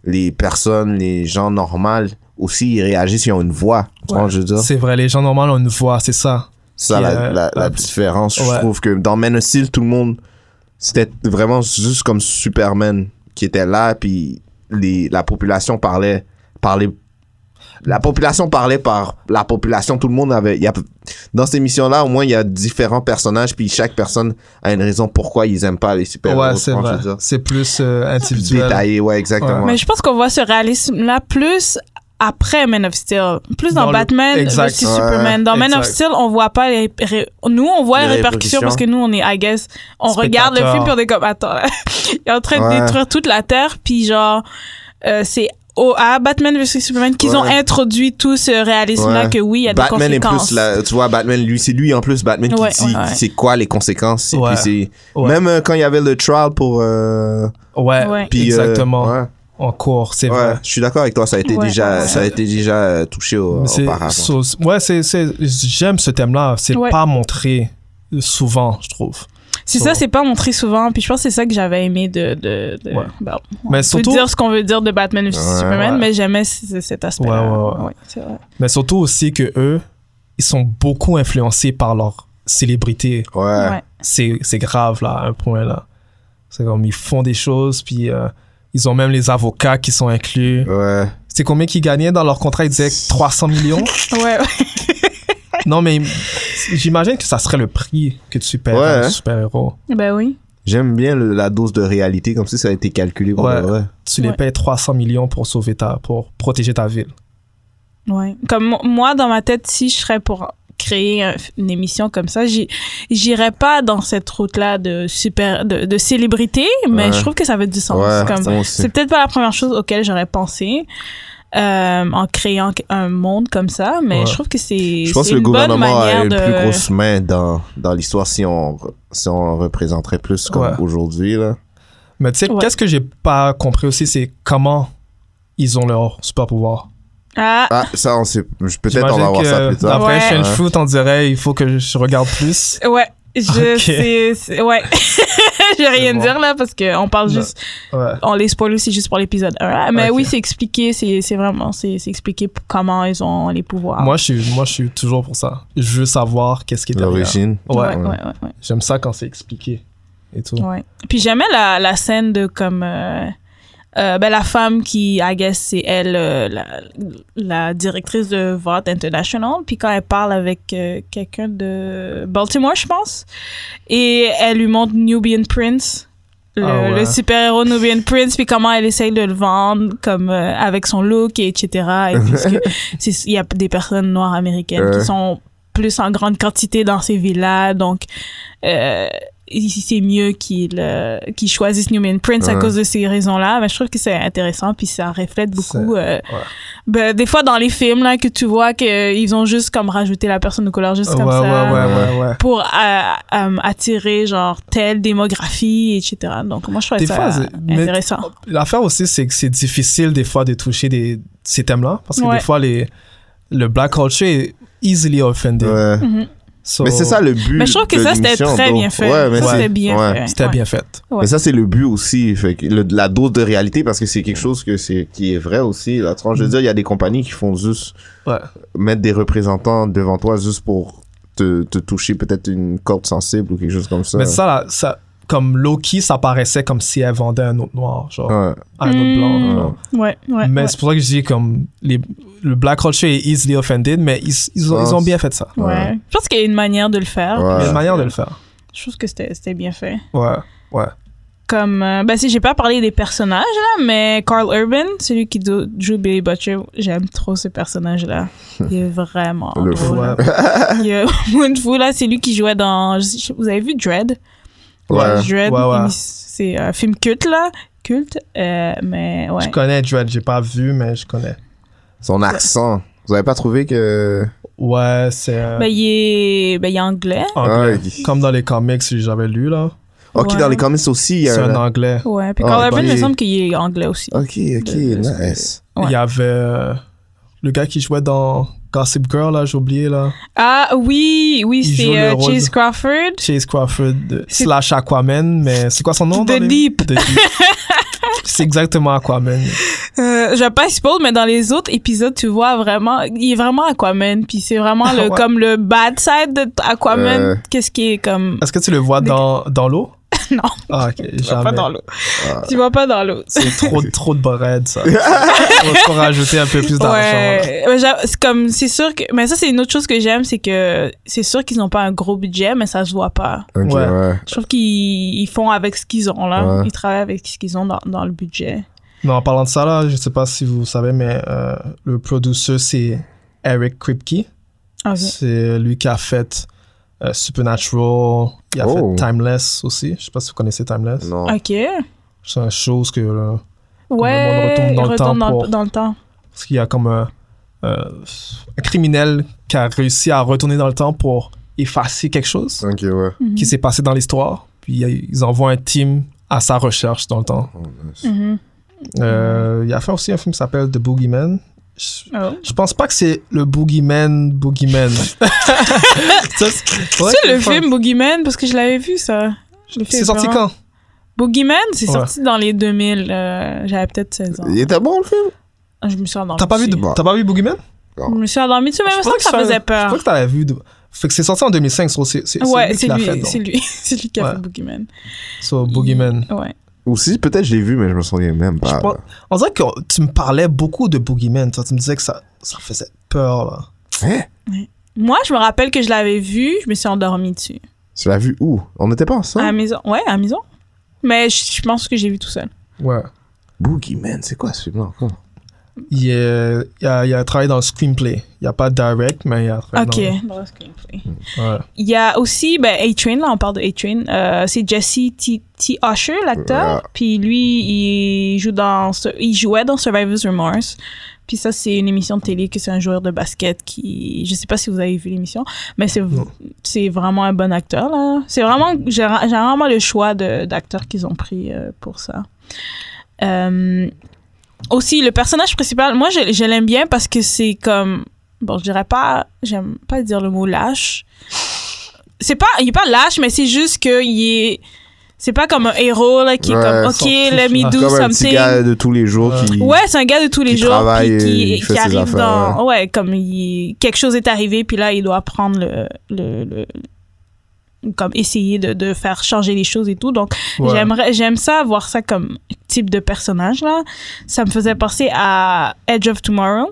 les personnes, les gens normaux, aussi, ils réagissent, ils ont une voix. Tu vois, Ouais. je veux dire. C'est vrai, les gens normaux ont une voix, c'est ça. ça Qui, la, euh, la, la euh, différence je ouais. trouve que dans Man of Steel tout le monde c'était vraiment juste comme Superman qui était là puis les, la population parlait parlait la population parlait par la population tout le monde avait il y a, dans cette émission là au moins il y a différents personnages puis chaque personne a une raison pourquoi ils aiment pas les super héros ouais, c'est vrai. C'est plus euh, individuel. détaillé ouais exactement Ouais. Mais je pense qu'on voit ce réalisme-là plus après Man of Steel, plus dans, Dans le- Batman Exact. versus Ouais. Superman. Dans Man of Exact. Steel, on voit pas les ré- nous on voit les, Les répercussions répercussions. parce que nous on est I guess on Spectateur. regarde le film puis on est comme attends, là, il est en train Ouais. de détruire toute la terre puis genre euh, c'est au, à Batman vs Superman qu'ils Ouais. ont introduit tout ce réalisme-là Ouais. que oui, il y a Batman des est conséquences. plus là, tu vois, Batman, lui, c'est lui en plus, Batman Ouais. qui dit Ouais. c'est quoi les conséquences. et Ouais. puis c'est- Ouais. Même euh, quand il y avait le trial pour. euh, Ouais, Ouais. puis, euh, exactement. ouais. En cours, c'est Ouais, vrai. je suis d'accord avec toi, ça a été Ouais. déjà, Ouais. ça a été déjà euh, touché au, Mais c'est- auparavant. so- ouais, c'est, c'est- j'aime ce thème-là. C'est Ouais. pas montré souvent, je trouve. C'est So- ça, c'est pas montré souvent. Puis je pense que c'est ça que j'avais aimé de. de, de- Ouais. bah, Mais on peut surtout, dire ce qu'on veut dire de Batman vs Ouais, Superman, ouais. mais j'aimais c- cet aspect-là. Ouais, ouais, ouais. c'est vrai. mais surtout aussi que eux, ils sont beaucoup influencés par leur célébrité. Ouais. Ouais. c'est, c'est grave là, à un point là. C'est comme ils font des choses, puis euh, ils ont même les avocats qui sont inclus. Ouais. C'est combien qu'ils gagnaient dans leur contrat Ils disaient 300 millions Ouais, ouais. Non, mais j'imagine que ça serait le prix que tu payes Ouais, à hein. un super-héros. Ben oui. J'aime bien le- la dose de réalité, comme si ça a été calculé pour Ouais. de vrai. Tu les Ouais. payes 300 millions pour sauver ta, pour protéger ta ville. Ouais. Comme mo- moi, dans ma tête, si je serais pour créer un- une émission comme ça, j'y- j'irais pas dans cette route-là de super, de, de célébrité, mais Ouais. je trouve que ça fait du sens. Ouais, Comme- moi aussi. c'est peut-être pas la première chose auquel j'aurais pensé euh, en créant un monde comme ça, mais Ouais. je trouve que c'est Je pense c'est que le une bonne gouvernement a manière une de... plus grosse main dans, dans l'histoire si on, si on représenterait plus comme Ouais. aujourd'hui. là. Mais tu sais, Ouais. qu'est-ce que j'ai pas compris aussi, c'est comment ils ont leur super-pouvoir. Ah, Ah, ça, on sait. je- Peut-être on J'imagine va voir que Ah, ça plus tard. Après Ouais. Chain Ouais. Foot, on dirait il faut que je regarde plus. ouais. Je Ok. sais, c'est- ouais. J'ai rien bon. dire là parce que on parle Non. juste Ouais. on les spoil aussi juste pour l'épisode 1. hein. Mais Ok. oui, c'est expliqué, c'est c'est vraiment, c'est c'est expliqué p- comment ils ont les pouvoirs. Moi, je suis, moi, je suis toujours pour ça. Je veux savoir qu'est-ce qui est derrière. L'origine. ouais, ouais, Ouais. ouais. ouais, J'aime ça quand c'est expliqué et tout. ouais. Puis j'aimais la, la scène de comme. euh, euh, ben, la femme qui, I guess, c'est elle, euh, la, la directrice de Vote International. Puis quand elle parle avec euh, quelqu'un de Baltimore, je pense, et elle lui montre Nubian Prince, le, Ah ouais. le super-héros Nubian Prince, puis comment elle essaye de le vendre, comme euh, avec son look, et etc. Et puis, ce que- c'est- il y a des personnes noires américaines Ouais. qui sont plus en grande quantité dans ces villes-là, donc euh, il- c'est mieux qu'ils euh, qu'ils choisissent Newman Prince à Ouais. cause de ces raisons-là. Mais je trouve que c'est intéressant, puis ça reflète beaucoup. euh, ouais. ben, des fois, dans les films, là, que tu vois qu'ils ont juste comme rajouté la personne de couleur juste ouais, comme ouais, ça. ouais, ouais, ouais. Pour euh, euh, attirer, genre, telle démographie, etc. Donc, moi, je trouve Des ça fois, c'est- mais- intéressant. L'affaire aussi, c'est que c'est difficile des fois de toucher des, ces thèmes-là parce que Ouais. des fois, les, le black culture est easily offended. Ouais. Mhm. So, Mais c'est ça le but. Mais je trouve que de ça, c'était l'émission, très donc. bien fait. Ouais, mais Ça, c'est- c'était bien ouais. fait. C'était ouais. bien fait. Ouais. Mais ça, c'est le but aussi, fait que le- la dose de réalité, parce que c'est quelque chose que c'est, qui est vrai aussi. Là. Tu vois, Je Mm. veux dire, il y a des compagnies qui font juste Ouais. mettre des représentants devant toi juste pour te, te toucher peut-être une corde sensible ou quelque chose comme ça. Mais ça, là, ça, comme Loki, ça paraissait comme si elle vendait un autre noir, genre Ouais. un autre blanc. Mm. genre. Ouais, ouais, mais ouais. c'est pour ça que je dis comme les, le black culture est easily offended, mais ils, ils, ont, Ah, ils ont c'est- bien fait ça. Ouais. Ouais. Je pense qu'il y a une manière de le faire. Ouais. Il y a une manière de le faire. Je trouve que c'était c'était bien fait. Ouais, ouais. Comme, euh, ben si j'ai pas parlé des personnages là, mais Carl Urban, celui qui do- joue Billy Butcher, j'aime trop ce personnage là. Il est vraiment Le fou. drôle. Ouais. Il est vraiment fou là, c'est lui qui jouait dans. je sais- Vous avez vu Dread? Ouais. Dread, Ouais, ouais. il- c'est un film culte là, culte, euh, mais ouais. Je connais Dredd, j'ai pas vu, mais je connais. Son accent. Vous avez pas trouvé que. Ouais, c'est. euh, Ben il est, ben il est anglais. anglais. Ouais, il- Comme dans les comics, si j'avais lu, là. Ah, Ok, Ouais. dans les comics aussi, il y a. C'est un un- anglais. Ouais. Puis Ah, Carl Urban, ok. il me semble qu'il est anglais aussi. Ok, ok, De- de- nice. Ouais. Il y avait euh, le gars qui jouait dans Gossip Girl, là, j'ai oublié, là. Ah oui, oui, Il joue c'est le euh, rôle de- Chase Crawford. Chase Crawford euh, C'est- slash Aquaman, mais c'est quoi son nom? The dans les- The Deep. Deep. c'est exactement Aquaman. Euh, je vais pas spoil, mais dans les autres épisodes, tu vois vraiment, il est vraiment Aquaman, puis c'est vraiment le, Ah ouais. comme le bad side de t- Aquaman. Euh. Qu'est-ce qui est comme. Est-ce que tu le vois dans, dans l'eau? Non. Ah, ok, Tu vois jamais. Ah. pas dans l'eau. Tu vois pas dans l'eau. C'est trop, trop de bread, ça. Faut faut rajouter un peu plus d'argent. là. Ouais, Ouais, j'a- c'est comme c'est sûr que mais ça c'est une autre chose que j'aime c'est que c'est sûr qu'ils n'ont pas un gros budget mais ça se voit pas. Ok, Ouais. ouais. Je trouve qu'ils ils font avec ce qu'ils ont là, Ouais. ils travaillent avec ce qu'ils ont dans, dans le budget. Mais en parlant de ça, là, je sais pas si vous savez, mais euh, le producer, c'est Eric Kripke. Ok. C'est lui qui a fait euh, Supernatural. Il a Oh. fait Timeless aussi. Je sais pas si vous connaissez Timeless. Non. Ok. C'est une chose que. euh, Ouais, Comme le monde retourne dans le il temps retourne dans, pour- dans le temps. Parce qu'il y a comme un, euh, un criminel qui a réussi à retourner dans le temps pour effacer quelque chose Ok, ouais. Mhm. qui s'est passé dans l'histoire. Puis euh, ils envoient un team à sa recherche dans le temps. Oh, nice. Mhm. Euh, il a fait aussi un film qui s'appelle The Boogeyman. Je, Oh. je pense pas que c'est le Boogeyman Boogeyman. Ça, c'est ouais, C'est le enfin, film Boogeyman parce que je l'avais vu ça. Je l'ai fait C'est sorti vraiment- quand Boogeyman, c'est Ouais. sorti dans les 2000. euh, J'avais peut-être 16 ans. Il était bon le film Ah, Je me suis endormie. T'as pas, vu dessus. de- t'as pas vu Boogeyman Je me suis endormie dessus, mais je Je me crois sens que ça c'est- faisait Je peur. crois que t'avais vu. de- Fait que c'est sorti en 2005, so c'est c'est- c'est Ouais, lui qui c'est l'a lui, fait. donc. c'est lui, c'est lui qui a Ouais. fait Boogeyman. So, Boogeyman. Ouais. Ou si, peut-être je l'ai vu, mais je me souviens même Je pas. pense- On dirait que tu me parlais beaucoup de Boogeyman. toi. Tu me disais que ça, ça faisait peur. Là. Hein Moi, je me rappelle que je l'avais vu, je me suis endormie dessus. Tu l'as vu où On n'était pas À la ensemble maison. Ouais, à la maison. Mais je, je pense que j'ai vu tout seul. Ouais. Boogeyman, c'est quoi ce film-là encore Il, est- il a, il a travaillé dans le screenplay. Il n'y a pas de direct, mais il a travaillé Ok. dans Dans le screenplay. le- ouais. Il y a aussi, ben, A-Train, là, on parle de A-Train. Euh, c'est Jesse T. T. Usher, l'acteur. Ouais. Puis lui, il, joue dans, Sur- il jouait dans Survivor's Remorse. Puis ça, c'est une émission de télé que c'est un joueur de basket qui. Je sais pas si vous avez vu l'émission, mais c'est, Non. c'est vraiment un bon acteur, là. C'est vraiment. J'ai, ra- j'ai vraiment le choix de- d'acteurs qu'ils ont pris euh, pour ça. Euh, aussi, le personnage principal, moi, je, je l'aime bien parce que c'est comme. Bon, je dirais pas. J'aime pas dire le mot lâche. C'est pas. Il est pas lâche, mais c'est juste qu'il est. C'est pas comme un héros, là, qui est Ouais, comme. s'en Ok, fout, let me là. do Comme un petit something. gars de tous les jours Ouais. qui. Ouais, c'est un gars de tous les qui jours travaille puis et qui, il fait ses qui arrive affaires, dans ouais, comme il, quelque chose est arrivé puis là il doit prendre le, le, le- comme essayer de, de faire changer les choses et tout donc Ouais. j'aimerais j'aime ça voir ça comme type de personnage là ça me faisait penser à Edge of Tomorrow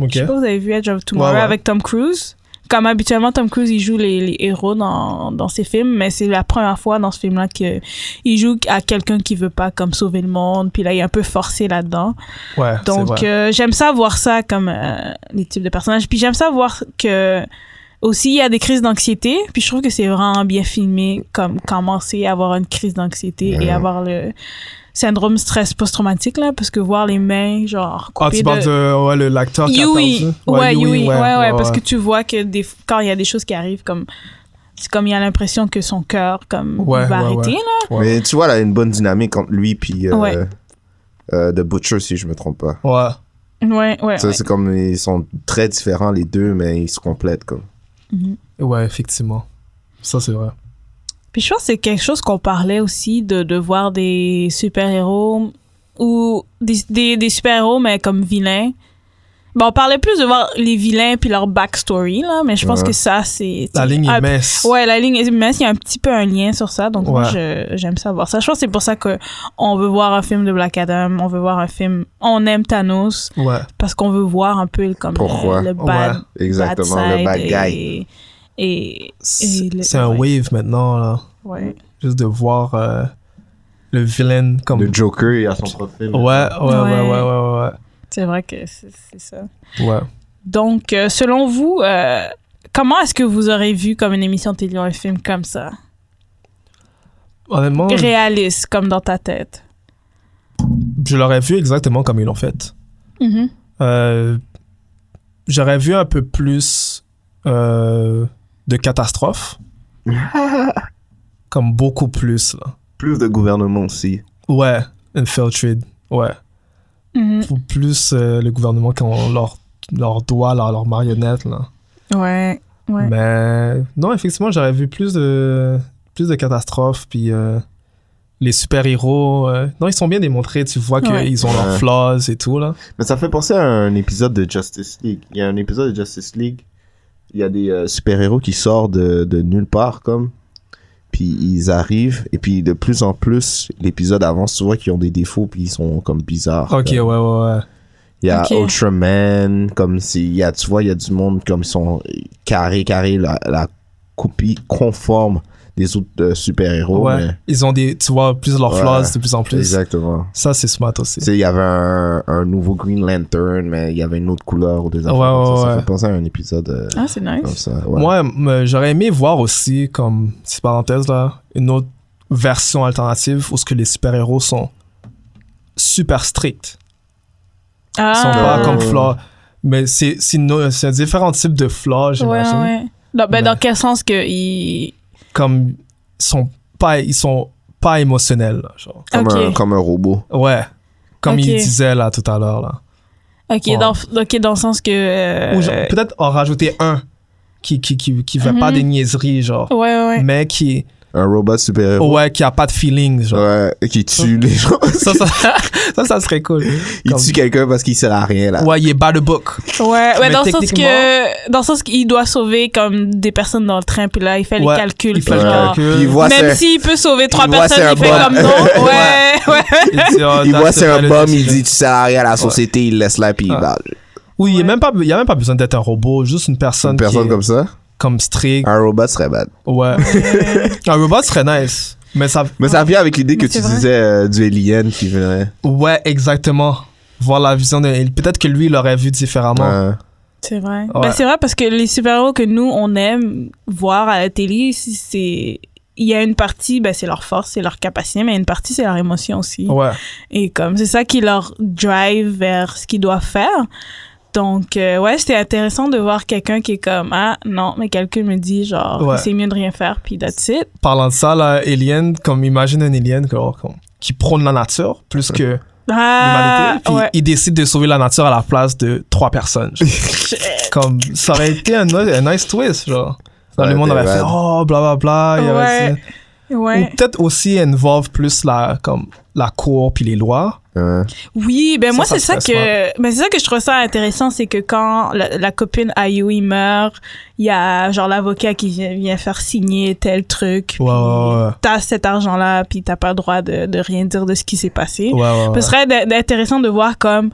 Ok. je sais pas vous avez vu Edge of Tomorrow Ouais, ouais. avec Tom Cruise comme habituellement Tom Cruise il joue les, les héros dans, dans ses films mais c'est la première fois dans ce film là que il joue à quelqu'un qui veut pas comme sauver le monde puis là il est un peu forcé là dedans Ouais, c'est donc, vrai. euh, j'aime ça voir ça comme euh, les types de personnages. Puis j'aime ça voir que aussi il y a des crises d'anxiété. Puis je trouve que c'est vraiment bien filmé, comme commencer à avoir une crise d'anxiété et Mhm. avoir le syndrome stress post-traumatique là, parce que voir les mains genre Ah, coupées tu parles de- de ouais, le- l'acteur qui a Yui. perdu. Ouais, Yui. Ouais, ouais, parce que tu vois que des, quand il y a des choses qui arrivent comme c'est comme il y a l'impression que son cœur comme Ouais, va ouais, arrêter ouais. là. Ouais. Mais tu vois, là, il y a une bonne dynamique entre lui puis euh, Ouais. euh, The Butcher, si je me trompe pas. Ouais. Ouais, ouais. Ça, ouais. c'est comme ils sont très différents les deux, mais ils se complètent comme. Ouais, effectivement. Ça, c'est vrai. Puis je pense que c'est quelque chose qu'on parlait aussi de, de voir des super-héros ou des, des, des super-héros, mais comme vilains. Bon, on parlait plus de voir les vilains puis leur backstory, là, mais je pense Ouais. que ça, c'est. La ligne Ah, est mince. Ouais, la ligne est mince. Il y a un petit peu un lien sur ça, donc moi, Ouais. je- j'aime ça voir ça. Je pense que c'est pour ça que on veut voir un film de Black Adam, on veut voir un film. On aime Thanos Ouais. parce qu'on veut voir un peu comme Pourquoi? le, le bad, Ouais. Exactement, bad le bad side guy. Et. et- C'est le- c'est un ouais. wave maintenant, là. ouais. Juste de voir euh, le vilain comme. Le Joker, il a son propre film. Ouais, ouais, ouais, Ouais. ouais, ouais, C'est vrai que c'est c'est ça. ouais. ouais. Donc, euh, selon vous, euh, comment est-ce que vous aurez vu comme une émission de télé ou un film comme ça? Honnêtement, je- Réaliste, comme dans ta tête. je l'aurais vu exactement comme ils l'ont fait. Euh, J'aurais vu un peu plus euh, de catastrophes. comme beaucoup plus, là. Plus de gouvernement aussi. Ouais, Infiltrate. Ouais. Mhm. Faut plus euh, le gouvernement quand on leur, leur doigt, leur, leur marionnette, là. Ouais, ouais. Ben, Mais non, effectivement, j'aurais vu plus de, plus de catastrophes. Puis euh, les super-héros, euh, non, ils sont bien démontrés. Tu vois qu'ils Ouais. ont Ouais. leurs flaws et tout. Là. Mais ça fait penser à un épisode de Justice League. Il y a un épisode de Justice League. Il y a des euh, super-héros qui sortent de, de nulle part, comme. Puis ils arrivent. Et puis de plus en plus, l'épisode avance. Tu vois qu'ils ont des défauts, puis ils sont comme bizarres. Ok, comme. ouais, ouais, ouais. Il y a Ok. Ultraman. Comme si, il y a, tu vois, il y a du monde comme ils sont carré, carré, la, la copie conforme des autres euh, super-héros. Ouais. mais- Ils ont des, tu vois, plus leurs Ouais. flaws de plus en plus. Exactement. Ça, c'est smart aussi. Tu sais, il y avait un, un nouveau Green Lantern, mais il y avait une autre couleur ou des affaires Ouais, comme ça. ouais, Ça ouais. fait penser à un épisode euh, Ah, c'est comme nice. ça. ouais. Moi, me- j'aurais aimé voir aussi, comme petite parenthèse là, une autre version alternative où ce que les super-héros sont super strictes. Ah. Ils sont Ah. pas comme Flaw. Mais c'est c'est no- c'est un différent type de Flaw, Ouais, j'imagine. ouais. Non, ben, Mais- Dans quel sens que il... Comme ils sont pas, ils sont pas émotionnels, là, genre. Comme, Ok. un, comme un robot. Ouais. Comme Ok. il disait là tout à l'heure. là. Ok, Ouais. dans, ok, dans le sens que... euh, Ou genre, peut-être en rajouter un qui, qui, qui, qui fait pas Mhm. des niaiseries, genre. ouais, ouais. Mais qui, Un robot super-héros. ouais, qui a pas de feeling, Oh, genre. Ouais, qui tue les gens. Ça, ça, ça, ça serait cool. Il Comme- tue quelqu'un parce qu'il sert à rien, là. Ouais, il est bas de book. Ouais, ouais, Mais dans le sens techniquement- que... Dans le sens qu'il doit sauver comme des personnes dans le train, puis là, il fait Ouais, les calculs. il fait puis le genre, calcul. Puis il voit Même c'est- s'il peut sauver trois voit c'est personnes, un il fait bum. comme non. Ouais, ouais. Il, dit, oh, il voit that's c'est the un value bum, il system. dit tu sers à rien à la société, il laisse là puis il Ouais. va. Oui, il n'y Ouais. a, même pas- il y a même pas besoin d'être un robot, juste une personne, Une personne comme Ah. ça. ça, comme strict. un robot serait bad. Ouais. un robot serait nice. Mais ça. Mais ça vient avec l'idée que Ah. Mais tu c'est vrai. disais euh, du alien qui venait. Ouais, exactement. Voir la vision de. Peut-être que lui, il l'aurait vu différemment. Ouais. C'est vrai. Ouais. Ben, c'est vrai parce que les super-héros que nous, on aime voir à la télé, si c'est... Il y a une partie, ben, c'est leur force, c'est leur capacité, mais une partie, c'est leur émotion aussi. Ouais. Et comme, c'est ça qui leur drive vers ce qu'ils doivent faire. Donc, euh, ouais, c'était intéressant de voir quelqu'un qui est comme, ah, non, mais quelqu'un me dit, genre, Ouais. c'est mieux de rien faire, puis that's it. Parlant de ça, là, Alien, comme imagine un Alien genre, comme- qui prône la nature plus que Ah, l'humanité. Puis ouais. il décide de sauver la nature à la place de trois personnes. genre. comme ça aurait été un, un nice twist, genre. Dans Ouais, le monde t'es aurait fait bad. oh bla bla bla. il y aurait- Ouais. Ouais. Ou peut-être aussi involve plus la comme la cour puis les lois. Ouais. Oui, ben Ça, moi ça c'est ça stresse, que ben c'est ça que je trouve ça intéressant, c'est que quand la, la copine Ayoui meurt, il y a genre l'avocat qui vient, vient faire signer tel truc. Ouais, puis ouais, ouais. T'as cet argent là, puis t'as pas le droit de, de rien dire de ce qui s'est passé. Ouais, ouais, ouais. Ce serait d- d- intéressant de voir comme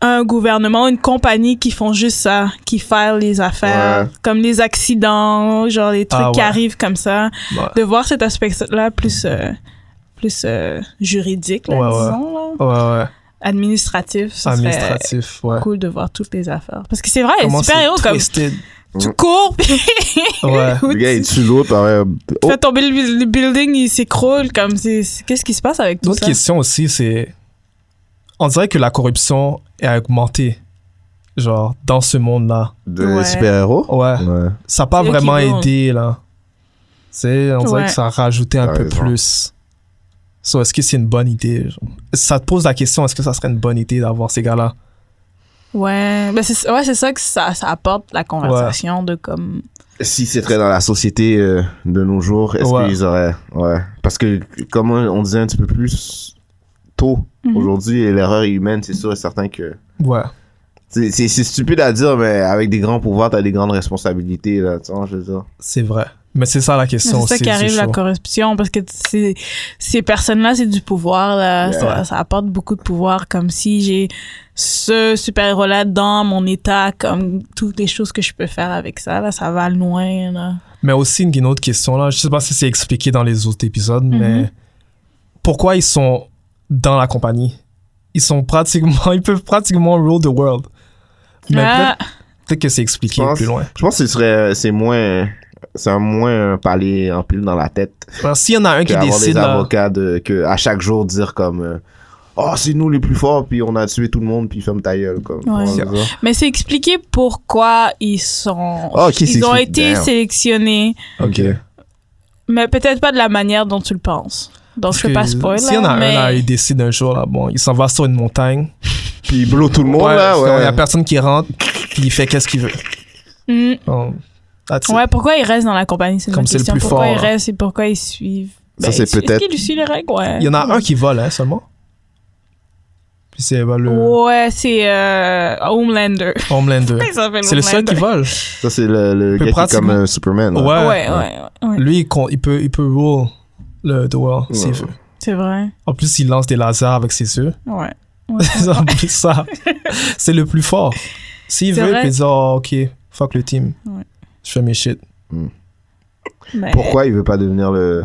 un gouvernement, une compagnie qui font juste ça, qui file les affaires, Ouais. comme les accidents, genre les trucs Ah, qui ouais. arrivent comme ça, Ouais. de voir cet aspect-là plus euh, plus euh, juridique, là, Ouais, ouais. disons là Ouais, ouais. administratif, ça serait Administratif, ouais. cool de voir toutes les affaires. Parce que c'est vrai, les Comment c'est super-héros, comme twisted. tu cours, puis Ouais. ou Le tu gars, il tue l'autre. ouais. Oh, fais tomber le, le building, il s'écroule, comme c'est... c'est- Qu'est-ce qui se passe avec tout L'autre ça? question aussi, c'est. On dirait que la corruption a augmenté. Genre, dans ce monde-là. de Ouais. super-héros. Ouais. Ouais. Ça n'a pas C'est eux qui vraiment vont. aidé, là. C'est, on dirait Ouais. que ça a rajouté un T'as peu raison. plus. So, est-ce que c'est une bonne idée? genre? Ça te pose la question, est-ce que ça serait une bonne idée d'avoir ces gars-là? Ouais, ben c'est ouais, c'est ça que ça, ça apporte la conversation de comme... Si c'est très dans la société euh, de nos jours, est-ce Ouais. qu'ils auraient. Ouais. Parce que, comme on on disait un petit peu plus tôt, Mhm. aujourd'hui, l'erreur est humaine, c'est sûr et certain que. Ouais. C'est c'est- c'est stupide à dire, mais avec des grands pouvoirs, t'as des grandes responsabilités, là, tu vois, je veux dire. C'est vrai. Mais c'est ça la question C'est aussi. ça qui arrive, la chaud. corruption, parce que c'est- ces personnes-là, c'est du pouvoir, là. Yeah. Ça, ça apporte beaucoup de pouvoir, comme si j'ai ce super-héros-là dans mon état, comme toutes les choses que je peux faire avec ça, là, ça va loin, là. Mais aussi une, une autre question là, je sais pas si c'est expliqué dans les autres épisodes, Mhm. mais pourquoi ils sont dans la compagnie Ils sont pratiquement, ils peuvent pratiquement rule the world. Mais Ah, peut-être- peut-être que c'est Je expliqué pense- plus loin. Je pense que ce serait. C'est moins. C'est un moins un palais en pile dans la tête. Alors, S'il y en a un qui qu'avoir décide, des là, avocats de, que à chaque jour dire comme euh, oh c'est nous les plus forts puis on a tué tout le monde puis ferme ta gueule comme Ouais. Comment on dit ça? mais c'est expliqué pourquoi ils sont. Oh, Ah, ok, c'est ils ont expliqué. été Damn. sélectionnés, ok. mais peut-être pas de la manière dont tu le penses. Donc je que fais pas spoil. S'il y en là, a un mais... là, il décide un jour là, bon, il s'en va sur une montagne. puis il blow tout le monde là parce qu'on- ouais Il y a personne qui rentre, puis il fait qu'est-ce qu'il veut. Hmm. Oh, that's it. Ouais, pourquoi ils restent dans la compagnie C'est une Comme bonne c'est le question. plus pourquoi fort, ils là. restent et pourquoi ils suivent Ça, Ben, c'est ils suivent- peut-être- Est-ce qu'ils suivent les règles Ouais. Il y en a un qui vole hein, seulement. Puis c'est bah, le Ouais, c'est euh, Homelander. Homelander. Il s'appelle C'est le seul qui Homelander. vole. ça c'est le, le gars qui est Peut comme pratiquement- euh, Superman là. Ouais. Ouais, ouais, ouais. ouais. Lui, il, con- il peut, il peut rule le The World s'il Ouais. veut. C'est vrai. En plus, il lance des lasers avec ses yeux. Ouais. en plus, ça, c'est le plus fort. S'il C'est veut, il vrai. peut dire oh, Ok, fuck le team. Ouais. Je fais mes shit. Mais- pourquoi il veut pas devenir le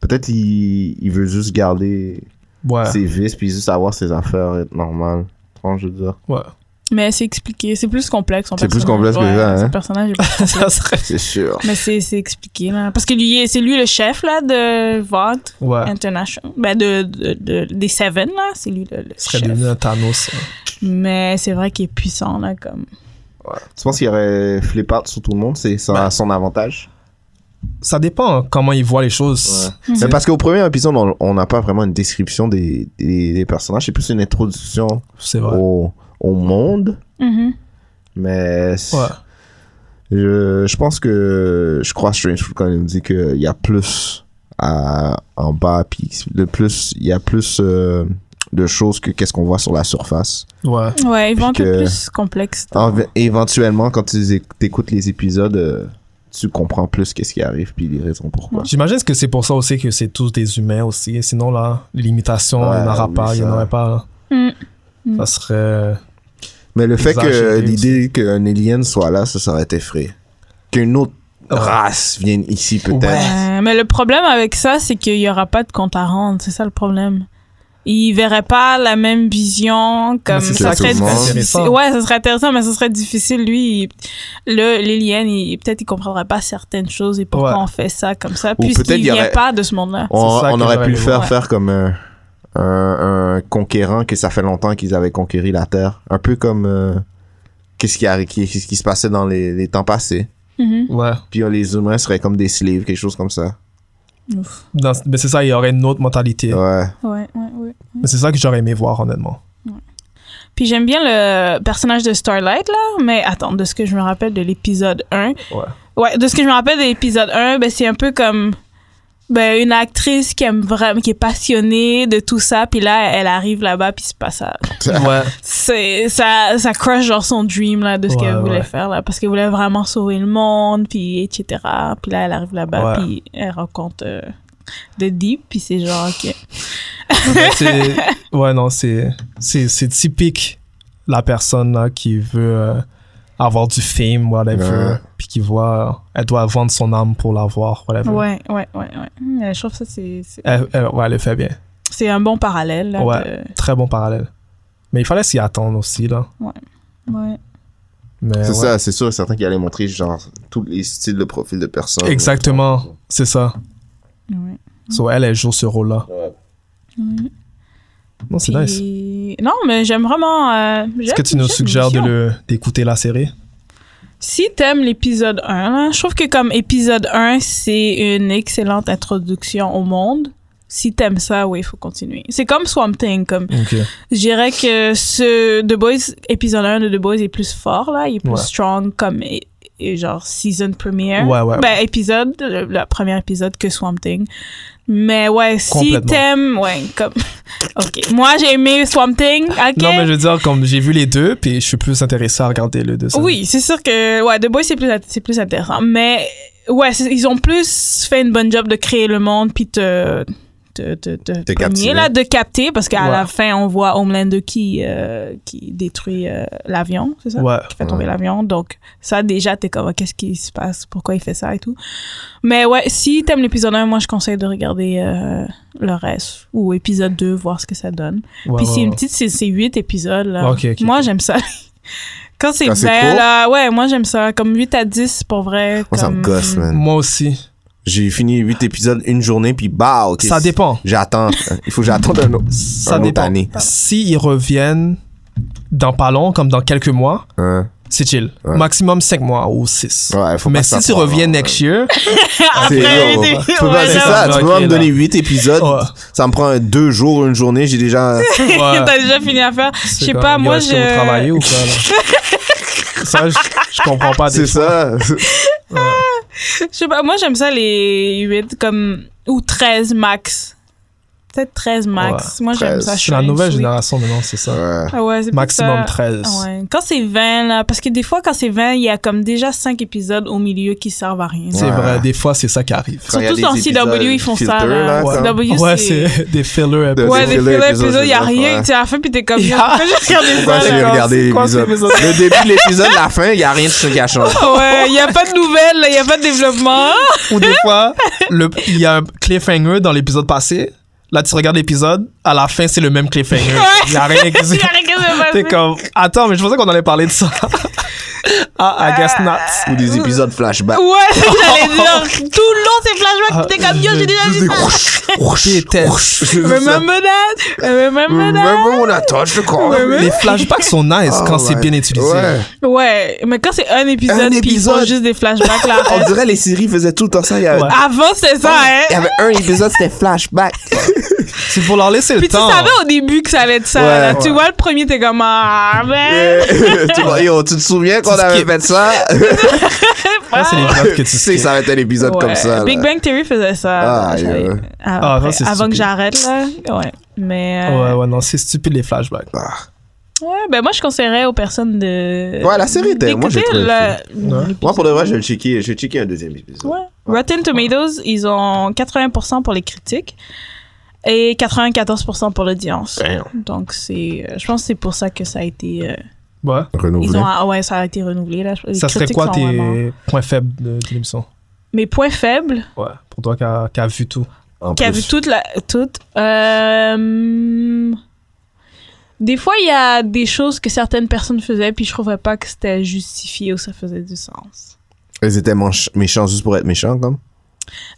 peut-être il, il veut juste garder Ouais. ses vices puis juste avoir ses affaires être normal Tu vois, je veux dire ouais. Mais c'est expliqué. C'est plus complexe. son C'est plus personnage. complexe que ça, Ouais, hein. Son personnage est plus ça complexe. serait... C'est sûr. Mais c'est c'est expliqué, là. Parce que lui, c'est lui le chef, là, de Vought Ah. Ouais. International. Ben, de, de- de- des Seven, là. C'est lui le, le Ce serait chef. devenu un Thanos. hein. Mais c'est vrai qu'il est puissant, là, comme... Tu penses qu'il y aurait flip out sur tout le monde C'est ça à son avantage Ça dépend hein, comment ils voient les choses. Mhm. Mais parce qu'au premier épisode, on- on n'a pas vraiment une description des, des, des personnages. C'est plus une introduction C'est vrai. au, au monde. Mhm. Mais c'est- Ouais. je, je pense que je crois Strange Fruit quand il me dit qu'il y a plus à, en bas. Puis le plus, il y a plus euh, de choses que qu'est-ce qu'on voit sur la surface. Ouais. Ouais, ils vont un Puis peu que- plus complexe. En- éventuellement, quand tu écoutes les épisodes, euh, tu comprends plus qu'est-ce qui arrive. Puis les raisons pourquoi. J'imagine que c'est pour ça aussi que c'est tous des humains aussi. Sinon, là, les limitations, Ouais, il n'y en aura oui, pas. Il n'y en ça. aurait pas. Mm. Ça serait. Mais le fait que Exagéré l'idée qu'un alien soit là, ça, ça aurait été frais. Qu'une autre Ouais. race vienne ici, peut-être. Ouais. Euh, mais le problème avec ça, c'est qu'il n'y aura pas de compte à rendre. C'est ça le problème. Ils verraient pas la même Ah, vision comme Mais c'est ça ça serait tout le monde. difficile. Intéressant. Ouais, ça serait intéressant, mais ça serait difficile. Lui, il- le l'alien, il- peut-être il comprendrait pas certaines choses et pourquoi Ouais. on fait ça comme ça, Ou peut-être puisqu'il il y vient aurait- pas de ce monde-là. On, C'est ça on que aurait j'aurais pu le aimé faire voir. faire comme un, un- un conquérant que ça fait longtemps qu'ils avaient conquéri la Terre. Un peu comme euh, qu'est-ce qui, arri- qui- qu'est-ce qui se passait dans les, les temps passés. Mhm. Ouais. Puis euh, les humains seraient comme des slaves, quelque chose comme ça. Ouf. Dans- mais c'est ça, il y aurait une autre mentalité. Ouais. Ouais, ouais, ouais. Mais c'est ça que j'aurais aimé voir, honnêtement. Puis j'aime bien le personnage de Starlight, là, mais attends, de ce que je me rappelle de l'épisode 1, Ouais. Ouais, de ce que je me rappelle de l'épisode 1, ben c'est un peu comme ben une actrice qui aime vraiment qui est passionnée de tout ça puis là elle arrive là-bas puis c'est pas ça. Ouais. C'est ça ça crush genre son dream là de ce Ouais, qu'elle voulait ouais. faire là parce qu'elle voulait vraiment sauver le monde puis etc. Puis là elle arrive là-bas Ouais. puis elle rencontre euh, The Deep puis c'est genre OK. Mais c'est- ouais, non, c'est, c'est, c'est typique la personne là, qui veut euh, avoir du fame, whatever, Ouais. puis qui voit, euh, elle doit vendre son âme pour l'avoir, whatever. Ouais, ouais, ouais, ouais. Hum, Je trouve ça c'est c'est- Elle, elle- ouais, elle le fait bien. c'est un bon parallèle là. Ouais. Très bon parallèle. Mais il fallait s'y attendre aussi, là. de- ouais. Mais, C'est Ben ouais. ça, c'est sûr, certains qui allaient montrer genre tous les styles de profil de personnes. Exactement, c'est ça. ouais. So, elle, elle joue ce rôle-là. Non, c'est nice. Puis- Non, mais j'aime vraiment. euh, Est-ce j'aime- que tu nous j'aime suggères de l'émission. le, d'écouter la série? Si t'aimes l'épisode 1, là, je trouve que comme épisode 1, c'est une excellente introduction au monde. Si t'aimes ça, oui, il faut continuer. C'est comme Swamp Thing. Comme, Ok. je dirais que ce The Boys, épisode 1 de The Boys est plus fort, là. Il est plus Ouais. strong comme, et- et genre, season premiere. Ouais, ouais, Ben, épisode, le, le premier épisode que Swamp Thing. Mais ouais, si Complètement. t'aimes, ouais, comme... OK. Moi, j'ai aimé Swamp Thing, OK? Non, mais je veux dire, comme j'ai vu les deux, puis je suis plus intéressé à regarder le deux. Oui, c'est sûr que ouais, The Boys c'est plus c'est plus intéressant, mais ouais, c'est- ils ont plus fait une bonne job de créer le monde puis te te te te, pogner, captiver. là de capter parce qu'à Ouais. la fin on voit Homelander qui euh, qui détruit euh, l'avion, c'est ça Ouais. Qui fait tomber l'avion. Donc ça déjà t'es comme Ah, qu'est-ce qui se passe, pourquoi il fait ça et tout. Mais ouais, si t'aimes l'épisode 1, moi je conseille de regarder euh, le reste ou épisode 2 voir ce que ça donne. Ouais, Puis ouais, c'est une ouais. petite, c'est c'est huit épisodes. Là. Ok, ok, moi, j'aime ça. Quand c'est Quand c'est bien, court. là, ouais, moi, j'aime ça. Comme 8 à 10, pour vrai. Moi, ça comme- me gosse, man. Moi aussi. J'ai fini 8 épisodes une journée, puis bah, ok. Ça dépend. J'attends. Il faut que j'attende un autre. Ça Un autre dépend. Ah. année. S'ils reviennent dans pas long, comme dans quelques mois, Hein? c'est chill. Ouais. Maximum 5 mois ou 6. Ouais, faut Mais pas si tu s'attendre, reviens hein. next year, Après, C'est les- yo, tu peux ouais, pas- c'est j'avoue. ça, j'avoue. tu peux pas Ok, me donner là. 8 épisodes. hein. Ouais. Ça me prend un deux jours, une journée, j'ai déjà. ouais, T'as déjà fini à faire. Je c'est sais comme, pas, yo, moi, est-ce que vous travaillez je. ou quoi, là? Ça, je, je comprends pas. des C'est fois. ça. Je sais pas, moi, j'aime ça les 8, comme. Ou 13 max. Peut-être 13 max. moi, j'aime 13. ça. je suis C'est la une nouvelle sweet. génération maintenant, c'est ça. Ouais. Ah ouais, c'est plus Maximum ça. Ah 13. Ouais. Quand c'est 20, là, parce que des fois, quand c'est 20, il y a comme déjà 5 épisodes au milieu qui servent à rien. C'est Ouais. vrai, des fois, c'est ça qui arrive. Quand il y a Surtout des sur épisodes CW, ils font ça. filter, Là. là, CW, comme- Ouais, c'est. c'est des fillers. un peu. Ouais, C'est des filler, fillers épisode, épisodes, il n'y a épisode, rien. ouais. Tu as la fin, puis t'es comme. Pourquoi j'ai regardé Pourquoi ça, j'ai là? regardé c'est quoi, l'épisode? c'est l'épisode? Le début, l'épisode, la fin, il n'y a rien de ce qui a changé. Ouais, il n'y a pas de nouvelles, il n'y a pas de développement. Ou des fois, le- il y a un cliffhanger dans l'épisode passé. Là, tu regardes l'épisode, à la fin, c'est le même cliffhanger. Il y a rien qui Il n'y a rien qui se passe. T'es comme, attends, mais je pensais qu'on allait parler de ça. ah, I guess not. Ou des épisodes flashback. Ouais, c'est ce que j'allais dire. Tout le long, c'est flashback. T'es comme, yo, j'ai Ah, déjà vu ça. Remember that? Remember that? Remember when I touched the car? Euh, Les flashbacks sont nice Oh quand c'est my- bien utilisé. Ouais. Ouais, mais quand c'est un Un épisode, puis ils font épisode. juste des flashbacks là. On dirait les séries faisaient tout le temps ça. Il y avait, Ouais. Avant, c'était Ah, ça, il y hein. avait un épisode, c'était flashback. C'est pour leur laisser le Puis tu temps. savais au début que ça allait être ça. Ouais. là. Tu Ouais. vois, le premier, t'es comme, ah, ben. tu, vois, yo, tu te souviens qu'on Tu avait skip. fait ça? ah, Ah, Ça, c'est les vlogs tu que tu sais, sais. que ça va être un épisode Ouais. comme ça. là. Big Ben- Bang Theory faisait ça. Ah, J'avais- yeah. Ah, après- ça, c'est avant que stupide. j'arrête, là. Ouais. Mais. euh, Ouais, ouais, non, c'est stupide les flashbacks. Ah. ouais, ben moi, je conseillerais aux personnes de. Ouais, la série était- moi, j'ai d'écouter trouvé le- Ouais. Moi, pour de vrai, je vais le checker, je vais checker un deuxième épisode. Ouais. Rotten Tomatoes, ils ont 80% pour les critiques et 94% pour l'audience. Damn. Donc c'est, euh, je pense que c'est pour ça que ça a été, euh, Ouais. ils ont, ah ouais, ça a été renouvelé là. Les Ça serait critiques quoi sont tes vraiment- points faibles de, de l'émission Mes points faibles, Ouais, pour toi qui a, qui a vu tout. En qui a plus. vu toute la, toute. euh, des fois, il y a des choses que certaines personnes faisaient puis je trouvais pas que c'était justifié ou ça faisait du sens. Ils étaient manch- méchants juste pour être méchants, comme.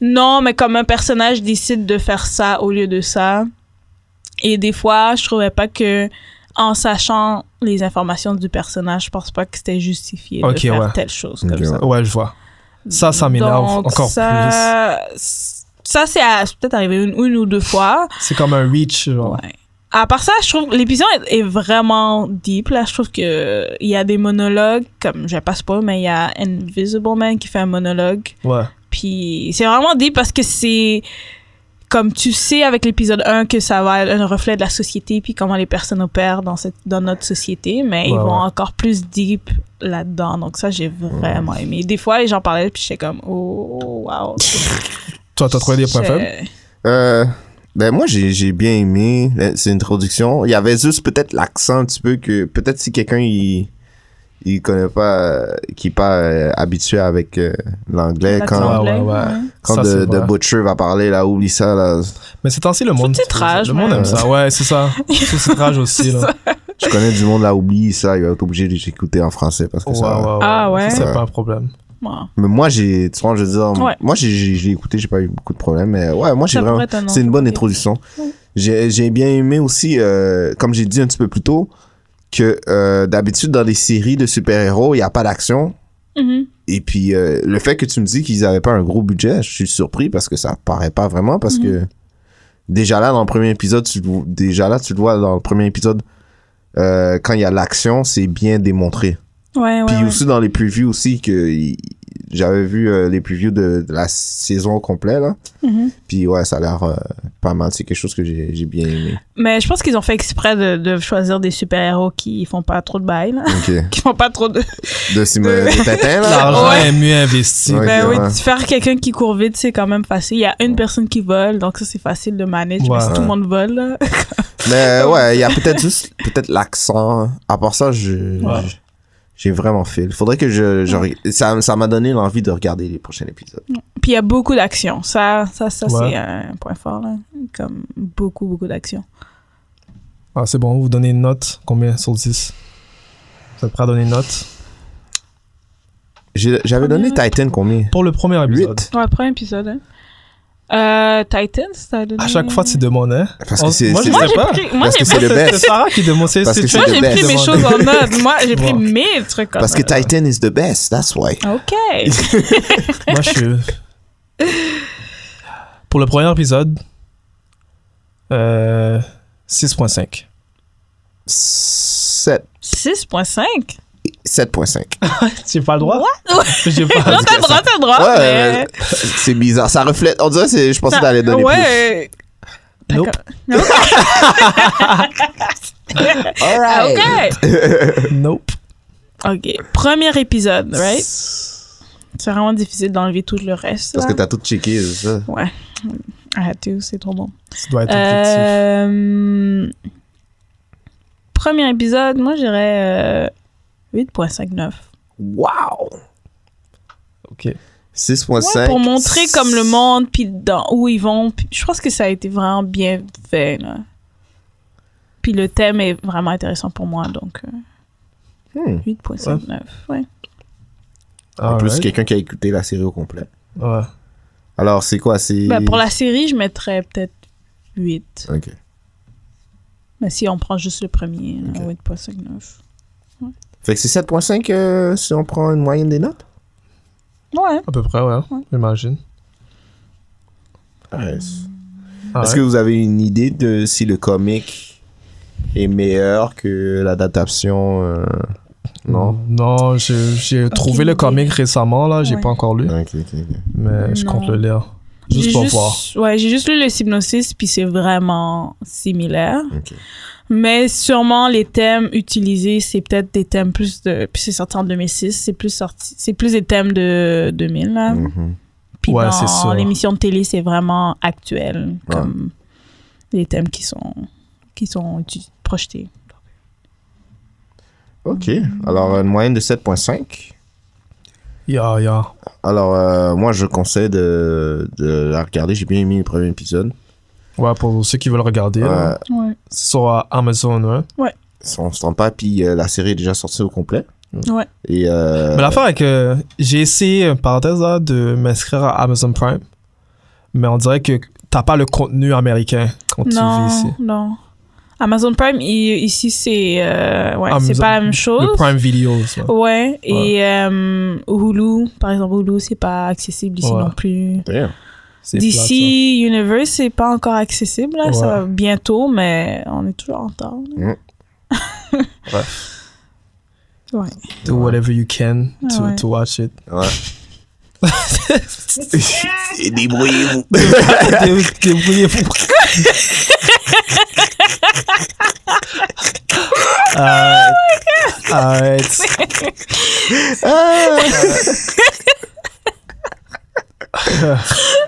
Non, mais comme un personnage décide de faire ça au lieu de ça. Et des fois, je trouvais pas que, en sachant les informations du personnage, je pense pas que c'était justifié Ok, de faire ouais. telle chose comme Ok, ça. ouais. Ouais, je vois. Ça, ça m'énerve Donc, encore plus. ça, Ça, c'est à- c'est peut-être arrivé une, une ou deux fois. C'est comme un reach, genre. Ouais. À part ça, je trouve que l'épisode est est vraiment deep. Là, je trouve que il y a des monologues, comme je passe pas, mais il y a Invisible Man qui fait un monologue. Ouais. Puis c'est vraiment dit parce que c'est comme tu sais avec l'épisode 1 que ça va être un reflet de la société puis comment les personnes opèrent dans cette dans notre société mais ils Ouais, vont ouais. encore plus deep là-dedans donc ça j'ai vraiment aimé des fois les gens parlaient puis j'étais comme oh wow Toi, t'as trouvé des points J'ai- faibles Euh, ben moi j'ai j'ai bien aimé la- c'est une introduction. Il y avait juste peut-être l'accent un petit peu que peut-être si quelqu'un il il connaît pas euh, qui est pas euh, habitué avec euh, l'anglais L'accent quand anglais, Ouais, ouais, ouais. ouais. quand Ça, de, c'est de vrai. Butcher va parler là oublie ça là Mais c'est ainsi le monde. Sous-titrage, le monde ouais. aime ça. Ouais, c'est ça. Sous-titrage aussi, là. je connais du monde là oublie ça il va être obligé de l'écouter en français parce que Ouais, ça ouais, ouais. Ah, ouais. Ça, C'est pas un problème. Ouais. mais moi j'ai tu vois je veux dire Ouais. moi j'ai j'ai j'ai écouté j'ai pas eu beaucoup de problèmes mais ouais moi j'ai Ça vraiment pourrait être un C'est une autre bonne idée. introduction. J'ai j'ai bien aimé aussi, euh, comme j'ai dit un petit peu plus tôt, que euh, d'habitude dans les séries de super-héros, il n'y a pas d'action. Mhm. Et puis euh, le fait que tu me dis qu'ils n'avaient pas un gros budget, je suis surpris parce que ça paraît pas vraiment Mhm. parce que déjà là dans le premier épisode, tu le- déjà là tu le vois dans le premier épisode. euh, quand il y a l'action, c'est bien démontré. ouais ouais, Puis ouais. aussi dans les previews aussi que il- j'avais vu euh, les previews de, de la saison complète là. Mhm. Puis ouais, ça a l'air euh, pas mal. C'est quelque chose que j'ai j'ai bien aimé. mais je pense qu'ils ont fait exprès de, de choisir des super héros qui font pas trop de bail là. Ok. qui font pas trop de euh, De Simon de Tintin, là. L'argent Ouais. est mieux investi. Ouais. Ben oui, ouais. tu- faire quelqu'un qui court vite, c'est quand même facile. Il y a une personne qui vole, donc ça, c'est facile de manage. Ouais. Mais si tout le monde vole, là, Mais euh, ouais, il y a peut-être juste peut-être l'accent. À part ça, je. Ouais. je- J'ai vraiment fait. Il faudrait que je. je reg- ça ça m'a donné l'envie de regarder les prochains épisodes. Puis il y a beaucoup d'action. Ça, ça, ça Ouais. c'est un point fort, là. Comme beaucoup, beaucoup d'action. Ah, c'est bon, vous donnez une note. Combien sur 10 Vous êtes prêts à donner une note J'ai- Ah, J'avais donné Titan combien Pour le premier épisode. Huit. Ouais, premier épisode, hein. Euh, Titans, ça a donné... À chaque fois, tu demandes, hein Parce que On- c'est. Moi, c'est- je Moi, sais j'ai pas. pris, moi, Parce que j'ai c'est le pris- C'est best. Sarah qui demande. C'est Parce que c'est c'est moi, toi le j'ai qui pris mes demandes. choses en note. Moi, j'ai pris Bon. mes trucs en Parce que note. Titan is the best, that's why. OK. Moi, je suis. Pour le premier épisode, euh, 6.5. 7. 6.5. 7.5. J'ai pas le droit J'ai pas Non, t'as le droit, t'as le droit, Ah, Ouais, Ah, mais... mais c'est bizarre. Ça reflète. On dirait que c'est- je pensais que t'allais donner plus. ouais. Nope. Ah, Alright. OK. Nope. OK. Premier épisode, right? C'est vraiment difficile d'enlever tout le reste. Parce là. que t'as tout checké, c'est ça. Ouais. I had to, c'est trop bon. Ça doit être objectif. Euh, premier épisode, moi j'irais euh, 8.59. Wow! Ok. 6.5. Ouais, pour montrer comme le monde, puis dans où ils vont. puis je pense que ça a été vraiment bien fait. là. Puis le thème est vraiment intéressant pour moi, donc euh, Hmm. 8.59. Ouais. En plus, Alright. quelqu'un qui a écouté la série au complet. Ouais. Alors, c'est quoi C'est. Ben, pour la série, je mettrais peut-être 8. Ok. Mais si on prend juste le premier, là, Ok. 8.59. Fait que c'est 7.5 euh, si on prend une moyenne des notes Ouais. À peu près, ouais. J'imagine. Nice. Est-ce Alright. que vous avez une idée de si le comic est meilleur que l'adaptation euh, Hmm. Non Non, j'ai j'ai trouvé le ok. comic récemment, là. J'ai Ouais. pas encore lu, Ok, ok, ok. mais je Non. compte le lire. Juste J'ai pour voir. Ouais, j'ai juste lu le Hypnosis, puis c'est vraiment similaire. Ok. Mais sûrement, les thèmes utilisés, c'est peut-être des thèmes plus de... Puis c'est sorti en 2006, c'est plus sorti... C'est plus des thèmes de 2000, là. Mm. Mhm. Puis Ouais, c'est dans ça. l'émission de télé, c'est vraiment actuel, Ouais. comme les thèmes qui sont, qui sont uti- projetés. Ok. Alors, euh, une moyenne de 7.5. Ya, ya. Alors, euh, moi, je conseille de, de la regarder. J'ai bien aimé le premier épisode. Ouais, pour ceux qui veulent regarder, là, Euh, Ouais. c'est sur euh, Amazon, ouais. on se trompe pas, puis euh, la série est déjà sortie au complet. Ouais. Et euh, Mais l'affaire est que j'ai essayé, une parenthèse là, de m'inscrire à Amazon Prime, mais on dirait que t'as pas le contenu américain quand tu Non, vis ici. non. Amazon Prime, i- ici, c'est euh, ouais, c'est Amazon- pas la même chose. Le Prime Videos. ouais. Oh, Ouais, et euh, Hulu, par exemple, Hulu, c'est pas accessible ici Ouais. non plus. d'ailleurs, C'est plate, hein. DC Universe, c'est pas encore accessible, là. ça Ouais. va bientôt, mais on est toujours en retard. là. Ouais. Ouais. ça. Do whatever you can to, Ah Ouais. to watch it. Ouais. Et débrouillez-vous. Dé- Débrouillez-vous. Alright. Alright.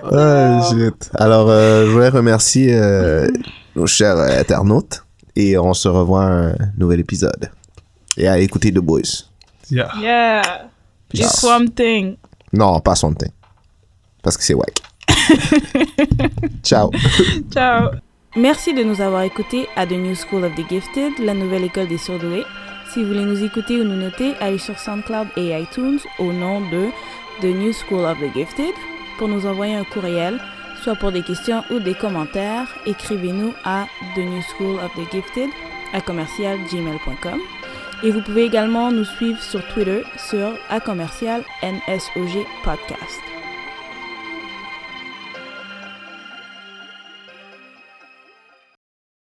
Ah, shit. Alors, euh, je voulais remercier euh, nos chers euh, internautes et on se revoit à un nouvel épisode. Et à écouter The Boys. Yeah. Yeah. Peace. It's Swamp Thing. Non, pas son thé. Parce que c'est wack. Ciao. Ciao. Merci de nous avoir écoutés à The New School of the Gifted, la nouvelle école des surdoués. Si vous voulez nous écouter ou nous noter, allez sur SoundCloud et iTunes au nom de The New School of the Gifted pour nous envoyer un courriel, soit pour des questions ou des commentaires. Écrivez-nous à The New School of the Gifted à commercialgmail.com. Et vous pouvez également nous suivre sur Twitter sur à commercial NSOG Podcast.